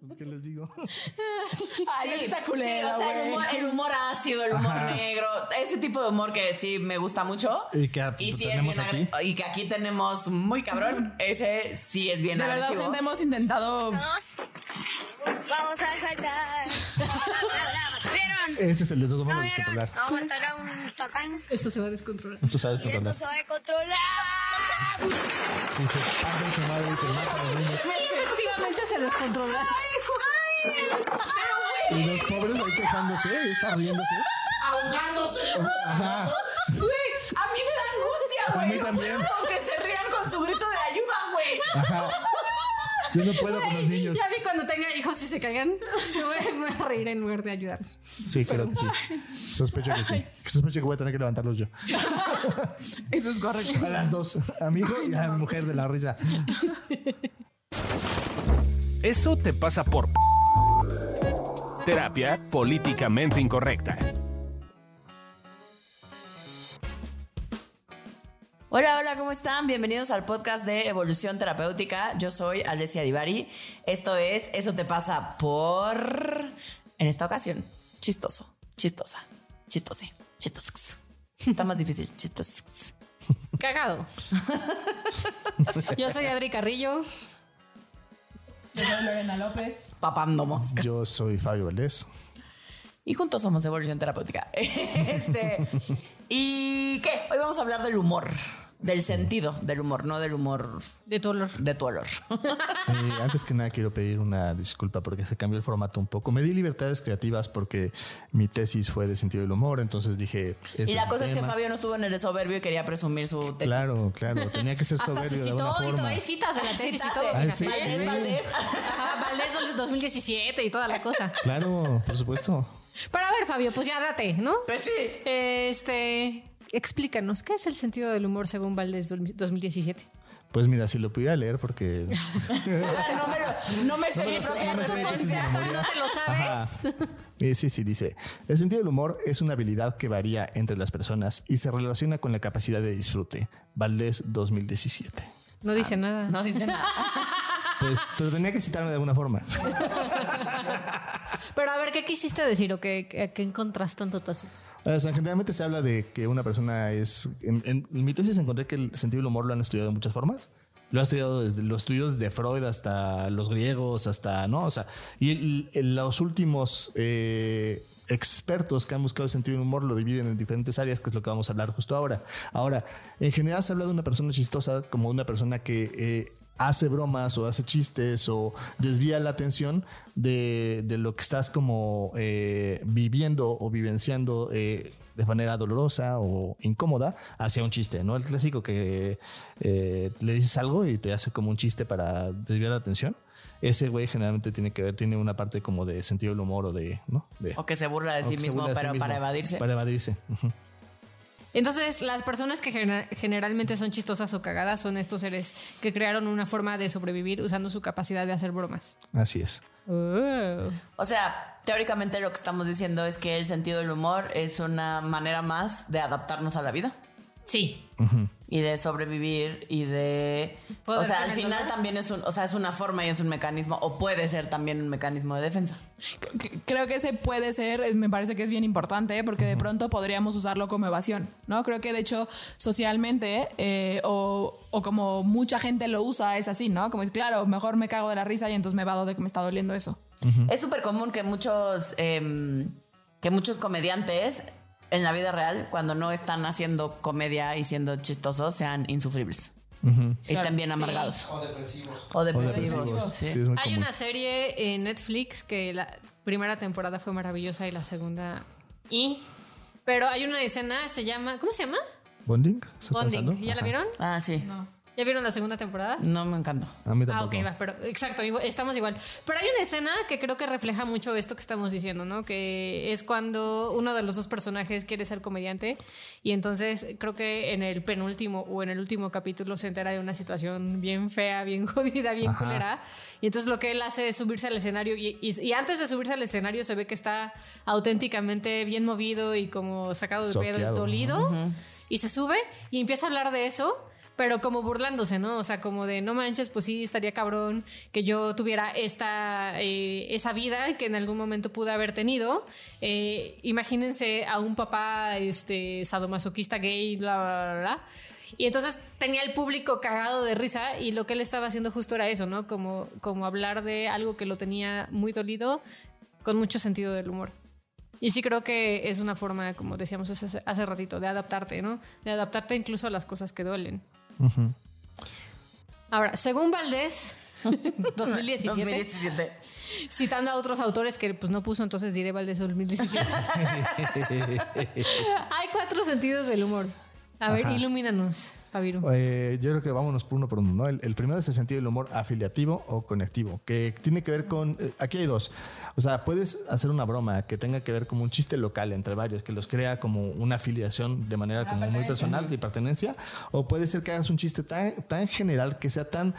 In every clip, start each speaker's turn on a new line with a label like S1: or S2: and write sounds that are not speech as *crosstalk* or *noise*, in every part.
S1: pues, ¿qué les digo?
S2: Ay,
S3: Sí,
S2: Ah, está culera,
S3: sí, o sea, el
S2: güey.
S3: humor, el humor ácido, el humor
S1: Ajá.
S3: negro, ese tipo de humor que sí me gusta mucho.
S1: *laughs* Y que
S3: Y
S1: pues,
S3: sí es
S1: tenemos
S3: bien
S1: aquí.
S3: agre- y que aquí tenemos muy cabrón, ese sí es bien
S2: De verdad,
S3: agresivo. *laughs*
S2: gente,
S4: *laughs*
S2: hemos intentado.
S5: Vamos a saltar. ¿Vieron?
S1: Ese es el de dos
S5: ¿No
S1: vamos a
S5: vieron?
S1: descontrolar.
S5: Vamos a matar a un tacán.
S4: Esto se va a descontrolar.
S1: Pues, Tú sabes
S5: Y esto
S1: controlar.
S5: se va a controlar.
S1: Y se parte su madre y se mata a los niños.
S4: Efectivamente se descontrola.
S1: Y los pobres ahí quejándose, y está riéndose.
S3: ahogándose.
S1: *laughs* Ajá.
S3: Güey, a mí me da angustia,
S1: A
S3: güey.
S1: mí también.
S3: Aunque se rían con su grito de ayuda, güey.
S1: Ajá. Yo no puedo con los niños.
S4: Ya vi cuando tenga hijos y se cagan. Me voy, a- me voy a reír en lugar de ayudarlos.
S1: Sí, creo que sí. Sospecho que sí. Sospecho que voy a tener que levantarlos yo.
S2: Eso es correcto.
S1: A las dos. A mi hijo y a mi mujer de la risa.
S6: Eso te pasa por... p- Terapia políticamente incorrecta.
S3: Hola, hola, ¿cómo están? Bienvenidos al podcast de Evolución Terapéutica. Yo soy Alessia Divari. Esto es Eso te pasa por... En esta ocasión, chistoso, chistosa, chistose, chistosos. Está más difícil, chistosos.
S4: Cagado. Yo soy Adri Carrillo.
S3: Papando mosca.
S1: Yo soy Fabio Valdés.
S3: Y juntos somos Evolución Terapéutica. *laughs* Este, ¿Y qué? Hoy vamos a hablar del humor, del sentido del humor, no del humor
S4: De tu olor.
S3: de tu olor.
S1: Sí, antes que nada quiero pedir una disculpa porque se cambió el formato un poco. Me di libertades creativas porque mi tesis fue de sentido del humor, entonces dije... este
S3: Y la
S1: el
S3: cosa es que
S1: tema.
S3: Fabio no estuvo en el soberbio y quería presumir su tesis.
S1: Claro, claro, tenía que
S3: *laughs*
S1: ser
S4: Hasta se
S1: soberbio de alguna
S4: citó y todo.
S1: forma.
S4: Hay citas de la tesis y todo.
S1: Ah,
S4: mira.
S1: sí,
S4: Valdés,
S1: sí.
S4: Valdés. Ajá, Valdés dos- 2017 y toda la cosa.
S1: Claro, por supuesto.
S4: Pero a ver, Fabio, pues ya date, ¿no?
S3: Pues sí.
S4: Este, explícanos, ¿qué es el sentido del humor según Valdés 2017?
S1: Pues mira, si lo pudiera leer
S3: *laughs*
S1: porque...
S3: No me, lo, no me sé mi
S1: lo-
S3: propia
S1: no me sé mi
S3: definición.
S1: tesis.
S4: Concepto, no te lo sabes.
S1: Ajá. Eh, Sí, sí, dice. El sentido del humor es una habilidad que varía entre las personas y se relaciona con la capacidad de disfrute. Valdés 2017.
S4: No dice nada.
S3: No dice nada. Ah,
S1: Pues, pero tenía que citarme de alguna forma.
S4: Pero a ver, ¿qué quisiste decir o qué, a qué encontraste en tu tesis?
S1: O sea, generalmente se habla de que una persona es. En, en- en mi tesis encontré que el sentido del humor lo han estudiado de muchas formas. Lo ha estudiado desde los estudios de Freud hasta los griegos, hasta. No, o sea, y el- el- los últimos eh, expertos que han buscado el sentido del humor lo dividen en diferentes áreas, que es lo que vamos a hablar justo ahora. Ahora, en general se habla de una persona chistosa como una persona que. eh, hace bromas o hace chistes o desvía la atención de, de lo que estás como eh, viviendo o vivenciando eh, de manera dolorosa o incómoda hacia un chiste, ¿no? El clásico que eh, le dices algo y te hace como un chiste para desviar la atención. Ese güey generalmente tiene que ver, tiene una parte como de sentido del humor o de, ¿no? De,
S3: O que se burla de
S1: o
S3: sí
S1: que se
S3: mismo,
S1: burla de sí
S3: pero
S1: mismo.
S3: para evadirse.
S1: Para evadirse. *laughs* ujú.
S4: Entonces, las personas que gener- generalmente son chistosas o cagadas son estos seres que crearon una forma de sobrevivir usando su capacidad de hacer bromas.
S1: Así es.
S4: Oh.
S3: O sea, teóricamente lo que estamos diciendo es que el sentido del humor es una manera más de adaptarnos a la vida
S4: Sí.
S3: y de sobrevivir y de...
S4: ¿Puedo
S3: O sea, al
S4: darme el
S3: final
S4: dolor?
S3: también es un... O sea, es una forma y es un mecanismo o puede ser también un mecanismo de defensa.
S2: C- Creo que ese puede ser, eh, me parece que es bien importante ¿eh? porque de pronto podríamos usarlo como evasión, ¿no? Creo que de hecho socialmente eh, o, o como mucha gente lo usa es así, ¿no? Como es claro, mejor me cago de la risa y entonces me vado de que me está doliendo eso.
S3: Es súper común que muchos, em, que muchos comediantes en la vida real, cuando no están haciendo comedia y siendo chistosos, sean insufribles. Y están bien amargados. O
S1: O
S3: depresivos. O
S1: depresivos.
S3: depresivos.
S1: Sí,
S3: sí.
S1: es muy
S4: Hay
S1: común.
S4: una serie en Netflix que la primera temporada fue maravillosa y la segunda y pero hay una escena se llama ¿cómo se llama?
S1: ¿Bonding? ¿Estás
S4: Bonding.
S1: pensando?
S4: ¿Ya la
S1: Ajá.
S4: vieron?
S3: Ah, sí.
S4: ¿Ya vieron la segunda temporada?
S3: No me encanta.
S1: A mí
S4: Ah,
S1: tampoco.
S4: ok, va, pero exacto, igual- estamos igual. Pero hay una escena que creo que refleja mucho esto que estamos diciendo, ¿no? Que es cuando uno de los dos personajes quiere ser comediante y entonces creo que en el penúltimo o en el último capítulo se entera de una situación bien fea, bien *laughs* jodida, bien
S1: Ajá.
S4: culera. Y entonces lo que él hace es subirse al escenario y, y- y antes de subirse al escenario se ve que está auténticamente bien movido y como sacado de pedo y
S1: Soqueado.
S4: dolido y se sube y empieza a hablar de eso, pero como burlándose, ¿no? O sea, como de no manches, pues sí, estaría cabrón que yo tuviera esta, eh, esa vida que en algún momento pude haber tenido. Eh, imagínense a un papá este, sadomasoquista gay, bla, bla, bla, bla. Y entonces tenía el público cagado de risa y lo que él estaba haciendo justo era eso, ¿no? Como, como hablar de algo que lo tenía muy dolido con mucho sentido del humor. Y sí creo que es una forma, como decíamos hace, hace ratito, de adaptarte, ¿no? De adaptarte incluso a las cosas que duelen.
S1: Ujú.
S4: Ahora, según Valdés, 2017,
S3: 2017.
S4: citando a otros autores que pues no puso, entonces diré
S1: *laughs*
S4: Valdés 2017. Hay cuatro sentidos del humor. A ver,
S1: Ajá.
S4: ilumínanos, Fabiru.
S1: Eh, yo creo que vámonos por uno por uno, ¿no? El, el primero es el sentido del humor afiliativo o conectivo, que tiene que ver con. eh, aquí hay dos. O sea, puedes hacer una broma que tenga que ver como un chiste local entre varios, que los crea como una afiliación de manera como muy personal y pertenencia. O puede ser que hagas un chiste tan, tan general que sea tan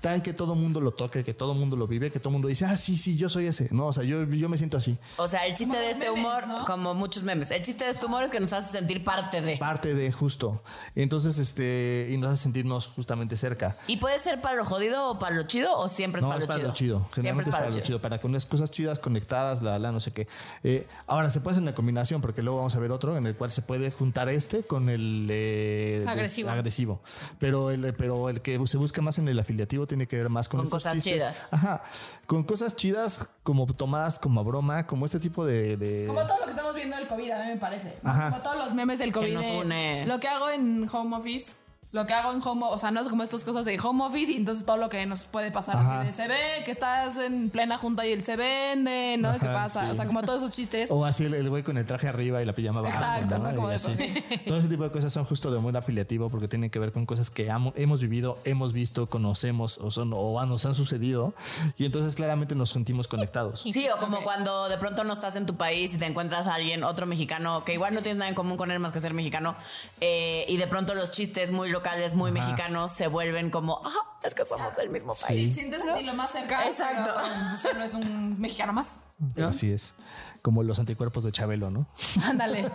S1: tan que todo mundo lo toque, que todo mundo lo vive, que todo mundo dice, ah, sí, sí, yo soy ese. No, o sea, yo, yo me siento así.
S3: O sea, el chiste de
S2: Como los
S3: este
S2: memes,
S3: humor,
S2: ¿no?
S3: como muchos memes, el chiste de este humor es que nos hace sentir parte de.
S1: Parte de justo. Entonces, este, y nos hace sentirnos justamente cerca.
S3: Y puede ser para lo jodido o para lo chido o siempre es
S1: No,
S3: para
S1: es
S3: lo
S1: para
S3: chido.
S1: lo chido.
S3: Siempre
S1: Generalmente es para lo chido. Para con las cosas chidas conectadas, la, la, no sé qué. Eh, ahora, se puede hacer una combinación, porque luego vamos a ver otro en el cual se puede juntar este con el eh,
S4: Agresivo.
S1: des- agresivo. Pero el, pero el que se busca más en el afiliativo tiene que ver más con,
S3: Con
S1: estos
S3: cosas
S1: chistes.
S3: chidas.
S1: Ajá. Con cosas chidas como tomadas como a broma, como este tipo de. de-
S2: Como todo lo que estamos viendo del COVID, a mí me parece.
S1: Ajá.
S2: Como todos los memes del COVID.
S3: nos
S2: de-
S3: une.
S2: Lo que hago en home office. Lo que hago en home, o sea, no es como estas cosas de home office y entonces todo lo que nos puede pasar.
S1: Ajá.
S2: así de, Se ve que estás en plena junta y el se vende, ¿no? ¿Qué
S1: Ajá,
S2: pasa?
S1: sí.
S2: O sea, como todos esos chistes.
S1: O así el, el güey con el traje arriba y la pijama abajo.
S2: Exacto, ¿no? Como
S1: Y
S2: de
S1: así. *laughs* Todo ese tipo de cosas son justo de humor afiliativo porque tienen que ver con cosas que amo- hemos vivido, hemos visto, conocemos o, son, o han- nos han sucedido. Y entonces claramente nos sentimos conectados.
S3: Sí, o como cuando de pronto no estás en tu país y te encuentras a alguien, otro mexicano, que igual no tienes nada en común con él más que ser mexicano, eh, y de pronto los chistes muy locales, muy mexicanos, se vuelven como, ah, es que somos del mismo país.
S1: Sí.
S2: Sientes así lo más cerca.
S3: Exacto.
S2: pero solo es un mexicano más.
S1: Así es. Como los anticuerpos de Chabelo, ¿no?
S2: *laughs* Ándale.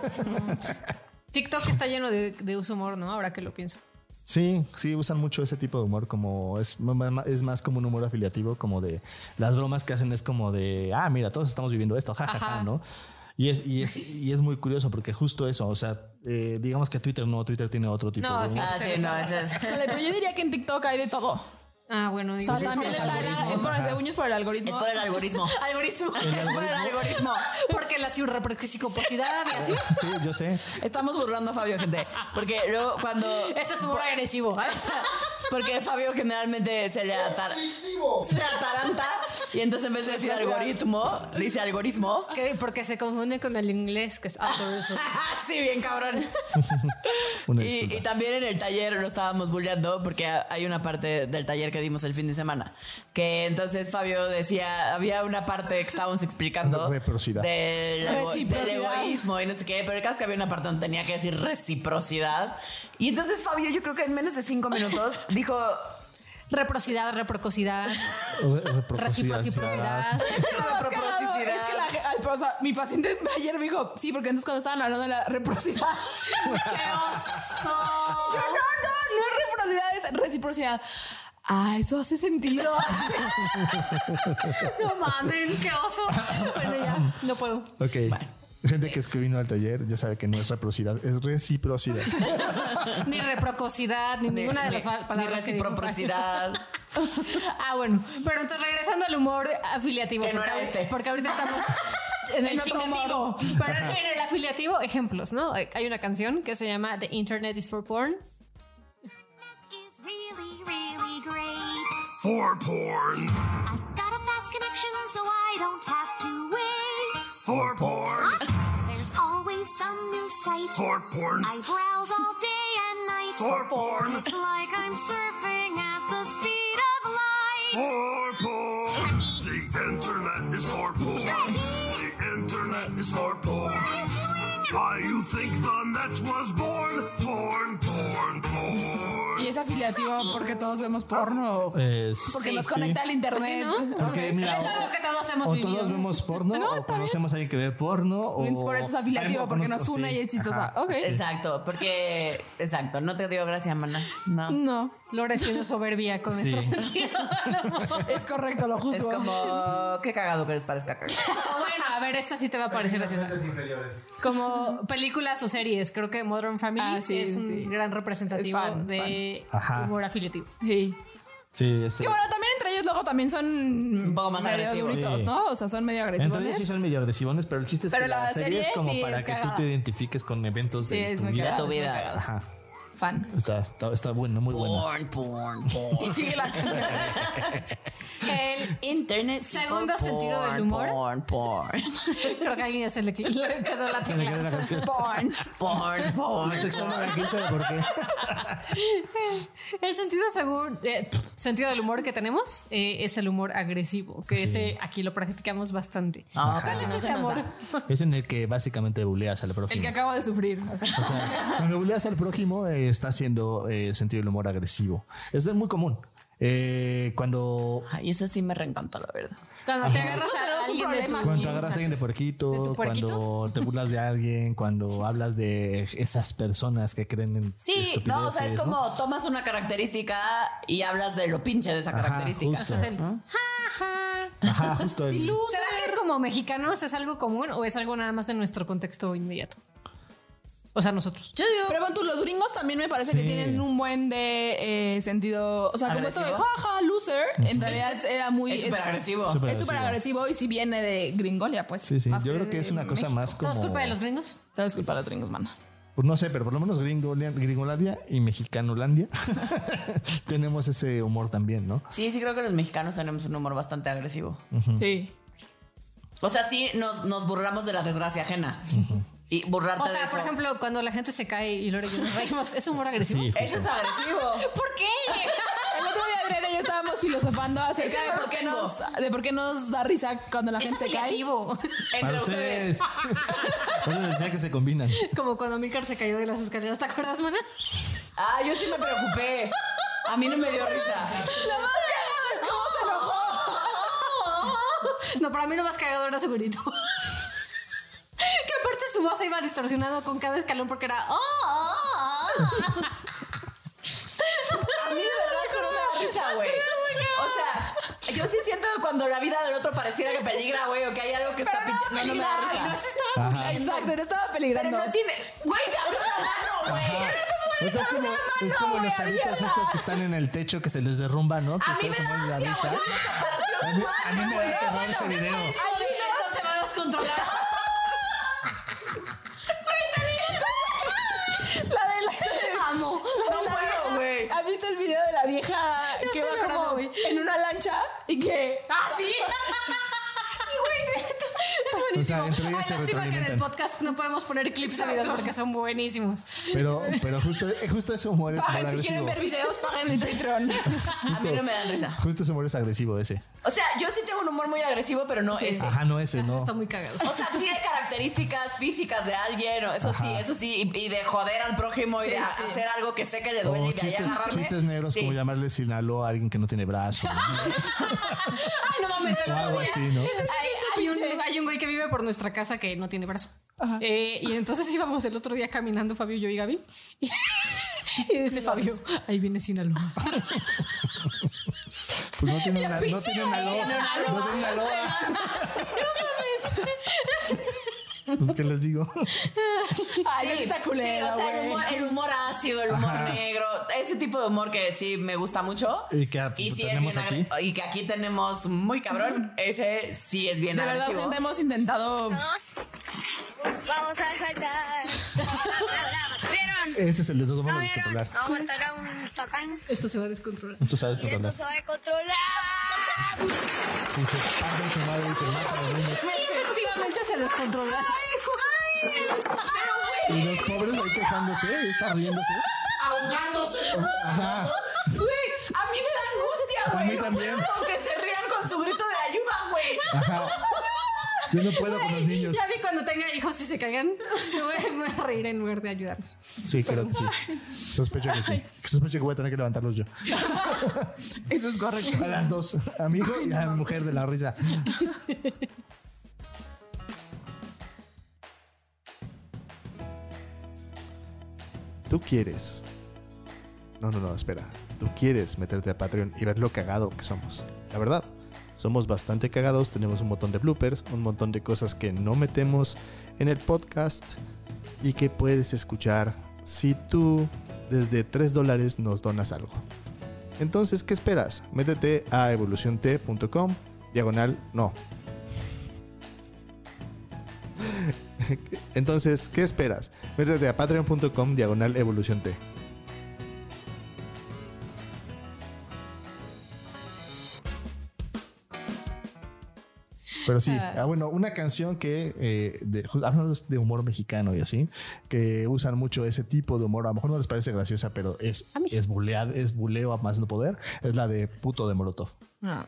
S4: TikTok está lleno de, de uso humor, ¿no? Ahora que lo pienso.
S1: Sí, sí, usan mucho ese tipo de humor, como es, m- es más como un humor afiliativo, como de las bromas que hacen es como de, ah, mira, todos estamos viviendo esto, jajaja,
S4: Ajá.
S1: ¿no? Y es, y, es, y es muy curioso porque justo eso, o sea, eh, digamos que Twitter no, Twitter tiene otro tipo
S4: No,
S1: de
S4: sí.
S1: humor. *laughs*
S3: Ah, sí, no, ese es.
S2: Ándale, Pero yo diría que en TikTok hay de todo.
S4: Ah, bueno.
S2: O
S4: digo,
S2: sea,
S4: sí,
S2: también
S4: por
S2: está
S4: favor.
S2: la- es por,
S1: Ajá.
S2: según yo es por el algoritmo.
S3: Es por el algoritmo.
S4: *laughs* Algoritmo.
S3: *laughs* Es por el algoritmo.
S4: Porque la
S1: *laughs*
S4: psicopacidad y así.
S1: Sí, yo sé.
S3: Estamos burlando a Fabio, gente. Porque luego cuando.
S4: Ese es humor agresivo. ¿eh?
S3: *laughs* Porque Fabio generalmente se le atar, se ataranta y entonces en vez de decir algoritmo, dice algoritmo.
S4: Que- Porque se confunde con el inglés, que es algoritmo.
S3: *laughs* sí, bien cabrón.
S1: *laughs* Una
S3: Y,
S1: disculpa.
S3: y también en el taller lo estábamos bulleando porque ha- hay una parte del taller que dimos el fin de semana. Que entonces Fabio decía, había una parte que estábamos explicando
S1: *laughs* Reciprocidad.
S3: del, ego- del
S2: Reciprocidad.
S3: egoísmo y no sé qué, pero el caso es que había una parte donde tenía que decir reciprocidad. Y entonces Fabio, yo creo que en menos de cinco
S4: *laughs*
S3: minutos dijo,
S4: Reprocidad, reprocosidad,
S1: O- reciprocidad.
S4: reciprocidad.
S3: Reproprocidad.
S2: Es que la, al- o sea, mi paciente *laughs* ayer me dijo, sí, porque entonces cuando estaban hablando de la *laughs* reciprocidad. ¡Qué oso! *laughs* Yo, no, no, no es reciprocidad, es reciprocidad. Ah, eso hace *laughs* sentido.
S4: No mames, qué
S2: *laughs*
S4: oso. Bueno, ya, no puedo.
S1: Ok. Gente que es que vino al taller ya sabe que no es reciprocidad, es
S2: *laughs*
S1: reciprocidad.
S4: Ni reprocosidad, ni ninguna de
S3: ni-
S4: las fal-
S3: ni
S4: palabras. que dijo.
S3: reciprocidad.
S4: *laughs* Ah, bueno. Pero entonces regresando al humor afiliativo.
S3: Que no
S4: porque,
S3: era
S4: ahori-
S3: este.
S4: porque ahorita estamos
S3: *laughs*
S4: en el
S2: En otro
S4: chingativo. Pero en el afiliativo, ejemplos, ¿no? Hay hay una canción que se llama The Internet is for Porn.
S7: is really, really great. For porn. I've got a fast connection, so I don't have to wait. For porn. There's always some new site. For porn. I browse all day and night. For porn. It's like I'm surfing at the speed of light.
S8: For porn. The internet is for porn. The internet is for porn.
S7: It's like
S8: Why you think the net was born? Born, born, born.
S2: Y es afiliativo porque todos vemos porno.
S1: Es-
S2: Porque nos
S1: sí.
S2: conecta al internet.
S4: Pues sí, ¿no?
S1: Ok, mira,
S4: Es
S1: o-
S4: algo que todos hemos
S1: o
S4: vivido.
S1: todos vemos porno,
S2: No,
S1: o
S2: está bien.
S1: conocemos a alguien que ve porno,
S2: Entonces,
S1: o...
S2: por eso es afiliativo,
S1: algo
S2: porque
S1: conoce-
S2: nos
S1: o
S2: une
S1: sí,
S2: y es chistosa.
S1: ajá,
S2: Ok.
S1: sí.
S3: Exacto, porque. Exacto, no te dio gracia, mana. No.
S2: No.
S4: Lore siendo soberbia con
S1: Sí.
S4: estos sentidos.
S1: *laughs*
S2: Es correcto, lo
S3: Es
S2: justo.
S3: como. Qué cagado que les parezca cagado.
S4: O bueno, a ver, esta sí te va a parecer así. Como películas o series, creo que Modern Family
S2: Ah, sí,
S4: es un
S2: sí.
S4: gran representativo
S2: Es fan,
S4: de
S1: fan. Ajá.
S4: humor afiliativo.
S2: Sí.
S1: Sí, este-
S2: Que bueno, también entre ellos luego también son un
S3: poco más agresivos.
S1: Sí.
S2: ¿no? O sea, son medio
S1: Entre ellos sí
S2: agresivos.
S1: son medio agresivones, pero el chiste es
S2: Pero
S1: que la,
S2: la
S1: serie es
S2: serie
S1: como
S2: sí
S1: para
S2: es
S1: que tú
S2: cagada.
S1: te identifiques con eventos
S2: Sí,
S1: de
S2: es
S1: tu
S2: muy
S1: vida.
S2: cagada.
S3: Tu vida.
S2: es muy cagada. Oh,
S1: Ajá.
S2: Fan.
S1: Está, está, está bueno, muy bueno.
S3: Porn, porn, porn.
S2: Y sigue la canción. *laughs*
S4: El
S3: *laughs* Internet.
S4: Segundo
S3: people,
S4: sentido del
S3: porn,
S4: humor.
S3: Porn, porn.
S4: creo que alguien ya se le cli- le quedó la
S1: Se le queda la
S4: tecla.
S2: *laughs*
S1: canción.
S2: Porn.
S3: *laughs* Porn,
S2: Oh,
S3: porn.
S1: La sexóloga, quién sabe por qué.
S4: *laughs* El sentido, segur- eh, sentido del humor que tenemos eh, es el humor agresivo, que ese aquí lo practicamos bastante.
S3: Ah,
S4: ¿Cuál
S3: casi
S4: es
S3: no
S4: ese
S3: se nos
S4: amor?
S3: da.
S1: Es en el que básicamente buleas al prójimo.
S2: El que acabo de sufrir.
S1: O
S2: O sea,
S1: sea, cuando buleas al prójimo eh, está haciendo eh, sentido del humor agresivo. Es de- muy común. Eh, cuando
S3: Ay, eso sí me reencantó, la verdad.
S4: Cuando te agarras
S2: Nosotros
S4: a
S2: tenemos un
S4: alguien de
S2: problema.
S4: tu-
S1: Cuando agarras a alguien de
S4: ¿De
S1: puerquito,
S4: tu puerquito?
S1: cuando te burlas de alguien, cuando hablas de esas personas que creen en.
S3: Sí, no, o sea, es
S1: estupideces,
S3: como tomas una característica y hablas de lo pinche de esa
S1: Ajá,
S3: característica.
S1: justo.
S4: es el ja, ja.
S1: ¿no? Ajá, justo. el-
S4: ¿Será que como mexicanos es algo común o es algo nada más de nuestro contexto inmediato? O sea, nosotros.
S3: Yo digo,
S2: Pero pon tú, los gringos también me parece
S1: Sí.
S2: que tienen un buen de eh, sentido. O sea, como esto de
S3: ¿Agresivo?
S2: jaja, loser, en realidad era muy.
S3: es súper agresivo.
S1: Súper
S2: Es súper agresivo y si viene de Gringolia, pues.
S1: Sí, sí.
S2: más
S1: Yo creo que
S2: de
S1: es una cosa
S2: México.
S1: más
S4: ¿Todo
S1: como.
S4: es culpa de los gringos?
S2: Te vas a disculpar a los gringos, mano.
S1: Pues no sé, pero por lo menos Gringolia- Gringolaria y Mexicanolandia *laughs* tenemos ese humor también, ¿no?
S3: Sí, sí creo que los mexicanos tenemos un humor bastante agresivo.
S2: Sí.
S3: O sea, sí nos, nos burlamos de la desgracia ajena. Y burlarte
S4: O
S3: de
S4: sea,
S3: eso.
S4: por ejemplo, cuando la gente se cae y Lore y yo nos reímos, ¿es humor agresivo?
S1: Sí,
S3: Eso es agresivo.
S4: ¿Por qué?
S2: El otro día Adriana y yo estábamos filosofando acerca de por, qué
S3: tengo.
S2: nos, de por qué nos da risa cuando la
S4: Es
S2: gente cae.
S4: afiliativo.
S3: Entre
S1: para
S3: ustedes. *laughs*
S1: ustedes. Por eso decía que se combinan.
S4: *laughs* Como cuando Milcar se cayó de las escaleras, ¿te acuerdas, *laughs* mana?
S3: Ah, yo sí me preocupé. A mí no me dio risa.
S4: Lo más cagado es cómo se enojó. *laughs* No, para mí lo más cagado era segurito. *laughs* Que aparte su voz se iba distorsionando con cada escalón porque era. "Oh, oh, oh".
S3: A mí de verdad eso no me da risa, güey. O sea, yo sí siento que cuando la vida del otro pareciera que peligra, güey, o que hay algo que está
S2: Pero no
S3: pinche. No, no me da
S2: peligra,
S3: risa.
S4: No se estaba
S2: Exacto, no estaba
S3: Pero
S2: peligrando.
S3: no tiene. Güey, se abrió la mano, güey.
S1: O sea, Pues es como, es como los chavitos estos que están en el techo que se les derrumba, ¿no? Que
S3: A mí
S1: ustedes se
S3: me da
S1: mueren de la
S3: ansia,
S1: risa.
S3: güey.
S1: A mí, a mí me da terror ese video.
S4: Esto se va a descontrolar. Amo.
S2: No puedo,
S3: güey.
S2: ¿Has visto el video de la vieja que
S4: estoy
S2: va
S4: llorando,
S2: como
S4: güey.
S2: en una lancha y que
S4: ¡Ah, sí! Y, güey, sí, es buenísimo.
S1: O sea, entre ellas
S4: Ay,
S1: se
S4: lástima que en el
S1: retroalimentan.
S4: podcast no podemos poner clips a videos porque son buenísimos.
S1: Pero, pero justo, eh, justo ese humor es humor
S2: pagan, si quieren
S1: agresivo.
S2: ver videos, paguen el Patreon.
S3: A mí no me dan risa.
S1: Justo ese humor es agresivo ese.
S3: O sea, yo sí tengo un humor muy agresivo, pero no ese.
S1: Ajá, no ese,
S4: Eso
S1: no.
S4: Está muy cagado.
S3: O sea, sí de características físicas de alguien, o eso sí, eso sí, y, y de joder al prójimo y
S2: Sí,
S3: de
S2: sí.
S3: hacer algo que sé que le duele
S1: O
S3: y de ahí
S1: Oh, chistes,
S3: agarrarme.
S1: chistes negros,
S3: Sí.
S1: como llamarle Sinaloa a alguien que no tiene brazo. ¿no?
S4: Ay, no mames, el
S1: O
S4: otro
S1: algo
S4: día-
S1: así, ¿no?
S4: Hay, hay un,
S2: pinche.
S4: hay un güey que vive por nuestra casa que no tiene brazo.
S2: Ajá.
S4: Eh, y entonces íbamos el otro día caminando Fabio, yo y Gaby. Y, y dice Fabio, ahí viene Sinaloa.
S1: Pues no tiene una, no
S4: pinche
S1: tiene una
S4: güey,
S1: loa.
S4: tiene una
S1: No
S4: loa.
S1: tiene una loa. Pues que les digo. *laughs*
S3: Ay,
S2: Sí, está
S3: sí,
S2: culera,
S3: o sea, el
S2: güey.
S3: humor, el humor ácido, el humor
S1: Ajá.
S3: negro, ese tipo de humor que sí me gusta mucho.
S1: Y que pues,
S3: sí es
S1: tenemos
S3: bien
S1: aquí.
S3: agre- Y que aquí tenemos muy cabrón, ese sí es bien
S2: De verdad,
S3: agresivo.
S2: gente, hemos intentado.
S5: Vamos a saltar. ¿Vieron?
S1: Ese es el de los vamos
S5: ¿No
S1: a
S5: vieron?
S1: descontrolar.
S5: Vamos a saltar un tacán.
S4: Esto se va a descontrolar.
S1: Tú sabes
S5: Y esto
S1: controlar.
S5: se va a controlar.
S1: Y se parten su madre y se matan los niños.
S4: Y efectivamente se descontrola.
S1: Y los pobres ahí quejándose y está riéndose. Ajá.
S3: Güey, a mí me da angustia, güey.
S1: mí
S3: no
S1: también.
S3: puedo Aunque se rían con su grito de ayuda, güey.
S1: Ajá. Yo no puedo con los niños.
S4: Ya vi cuando tenga hijos y se caigan. Me voy, a- me voy a reír en lugar de ayudarlos.
S1: Sí, creo que sí. Sospecho que sí. Sospecho que voy a tener que levantarlos yo.
S2: *laughs* Eso es correcto.
S1: A las dos. A mi hijo y a mi mujer de la risa. Tú quieres. No, no, no, espera. Tú quieres meterte a Patreon y ver lo cagado que somos. La verdad, somos bastante cagados. Tenemos un montón de bloopers, un montón de cosas que no metemos en el podcast y que puedes escuchar si tú desde 3 dólares nos donas algo. Entonces, ¿qué esperas? Métete a evoluciont.com, diagonal, no. *laughs* Entonces, ¿qué esperas? Métete a patreon.com, diagonal, evoluciont. Pero sí, ah, bueno, una canción que, eh, de, ju- hablamos de humor mexicano y así, que usan mucho ese tipo de humor, a lo mejor no les parece graciosa, pero es,
S4: A mí sí.
S1: es, bulead- es buleo a más no poder, es la de puto de Molotov.
S2: Ah.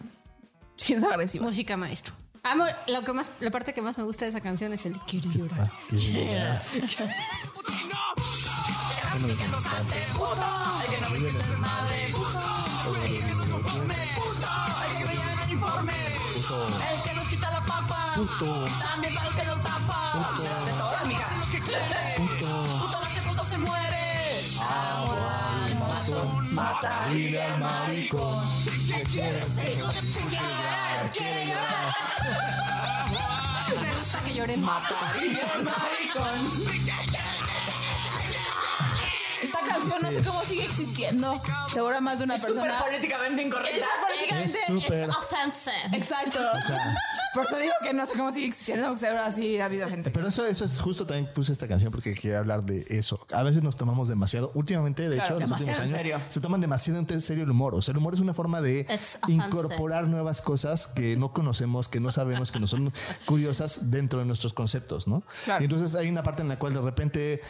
S2: Sí, es agresivo.
S4: Música maestro. Amo, lo que más, la parte que más me gusta de esa canción es el quiero llorar.
S1: Que es bulear. Bueno,
S3: El que nos quita la papa. También para el que nos tapa. Te la hace toda, mija. Puto nace, puto se muere. Mata, vive al maricón. ¿Qué quieres? Hijo de tu- Quiere llorar, quiere llorar.
S4: Me gusta que lloren.
S3: Mata, vive al maricón.
S2: Esta canción no sé cómo sigue existiendo. Seguro más de una
S3: Súper
S2: persona.
S3: políticamente
S2: Es
S3: incorrecta.
S2: políticamente-
S1: Es súper.
S4: Offensive.
S2: Exacto. Por eso digo que no sé cómo sigue existiendo, porque seguro así ha habido gente.
S1: Pero eso, eso es justo también puse esta canción porque quería hablar de eso. A veces nos tomamos demasiado, últimamente, de
S2: Claro,
S1: hecho, en los últimos
S3: demasiado en
S1: años,
S3: serio.
S1: se toman demasiado en serio el humor. O sea, el humor es una forma de
S4: It's offensive.
S1: incorporar nuevas cosas que no conocemos, que no sabemos, que no son curiosas dentro de nuestros conceptos, ¿no?
S2: Claro.
S1: Y entonces hay una parte en la cual de repente.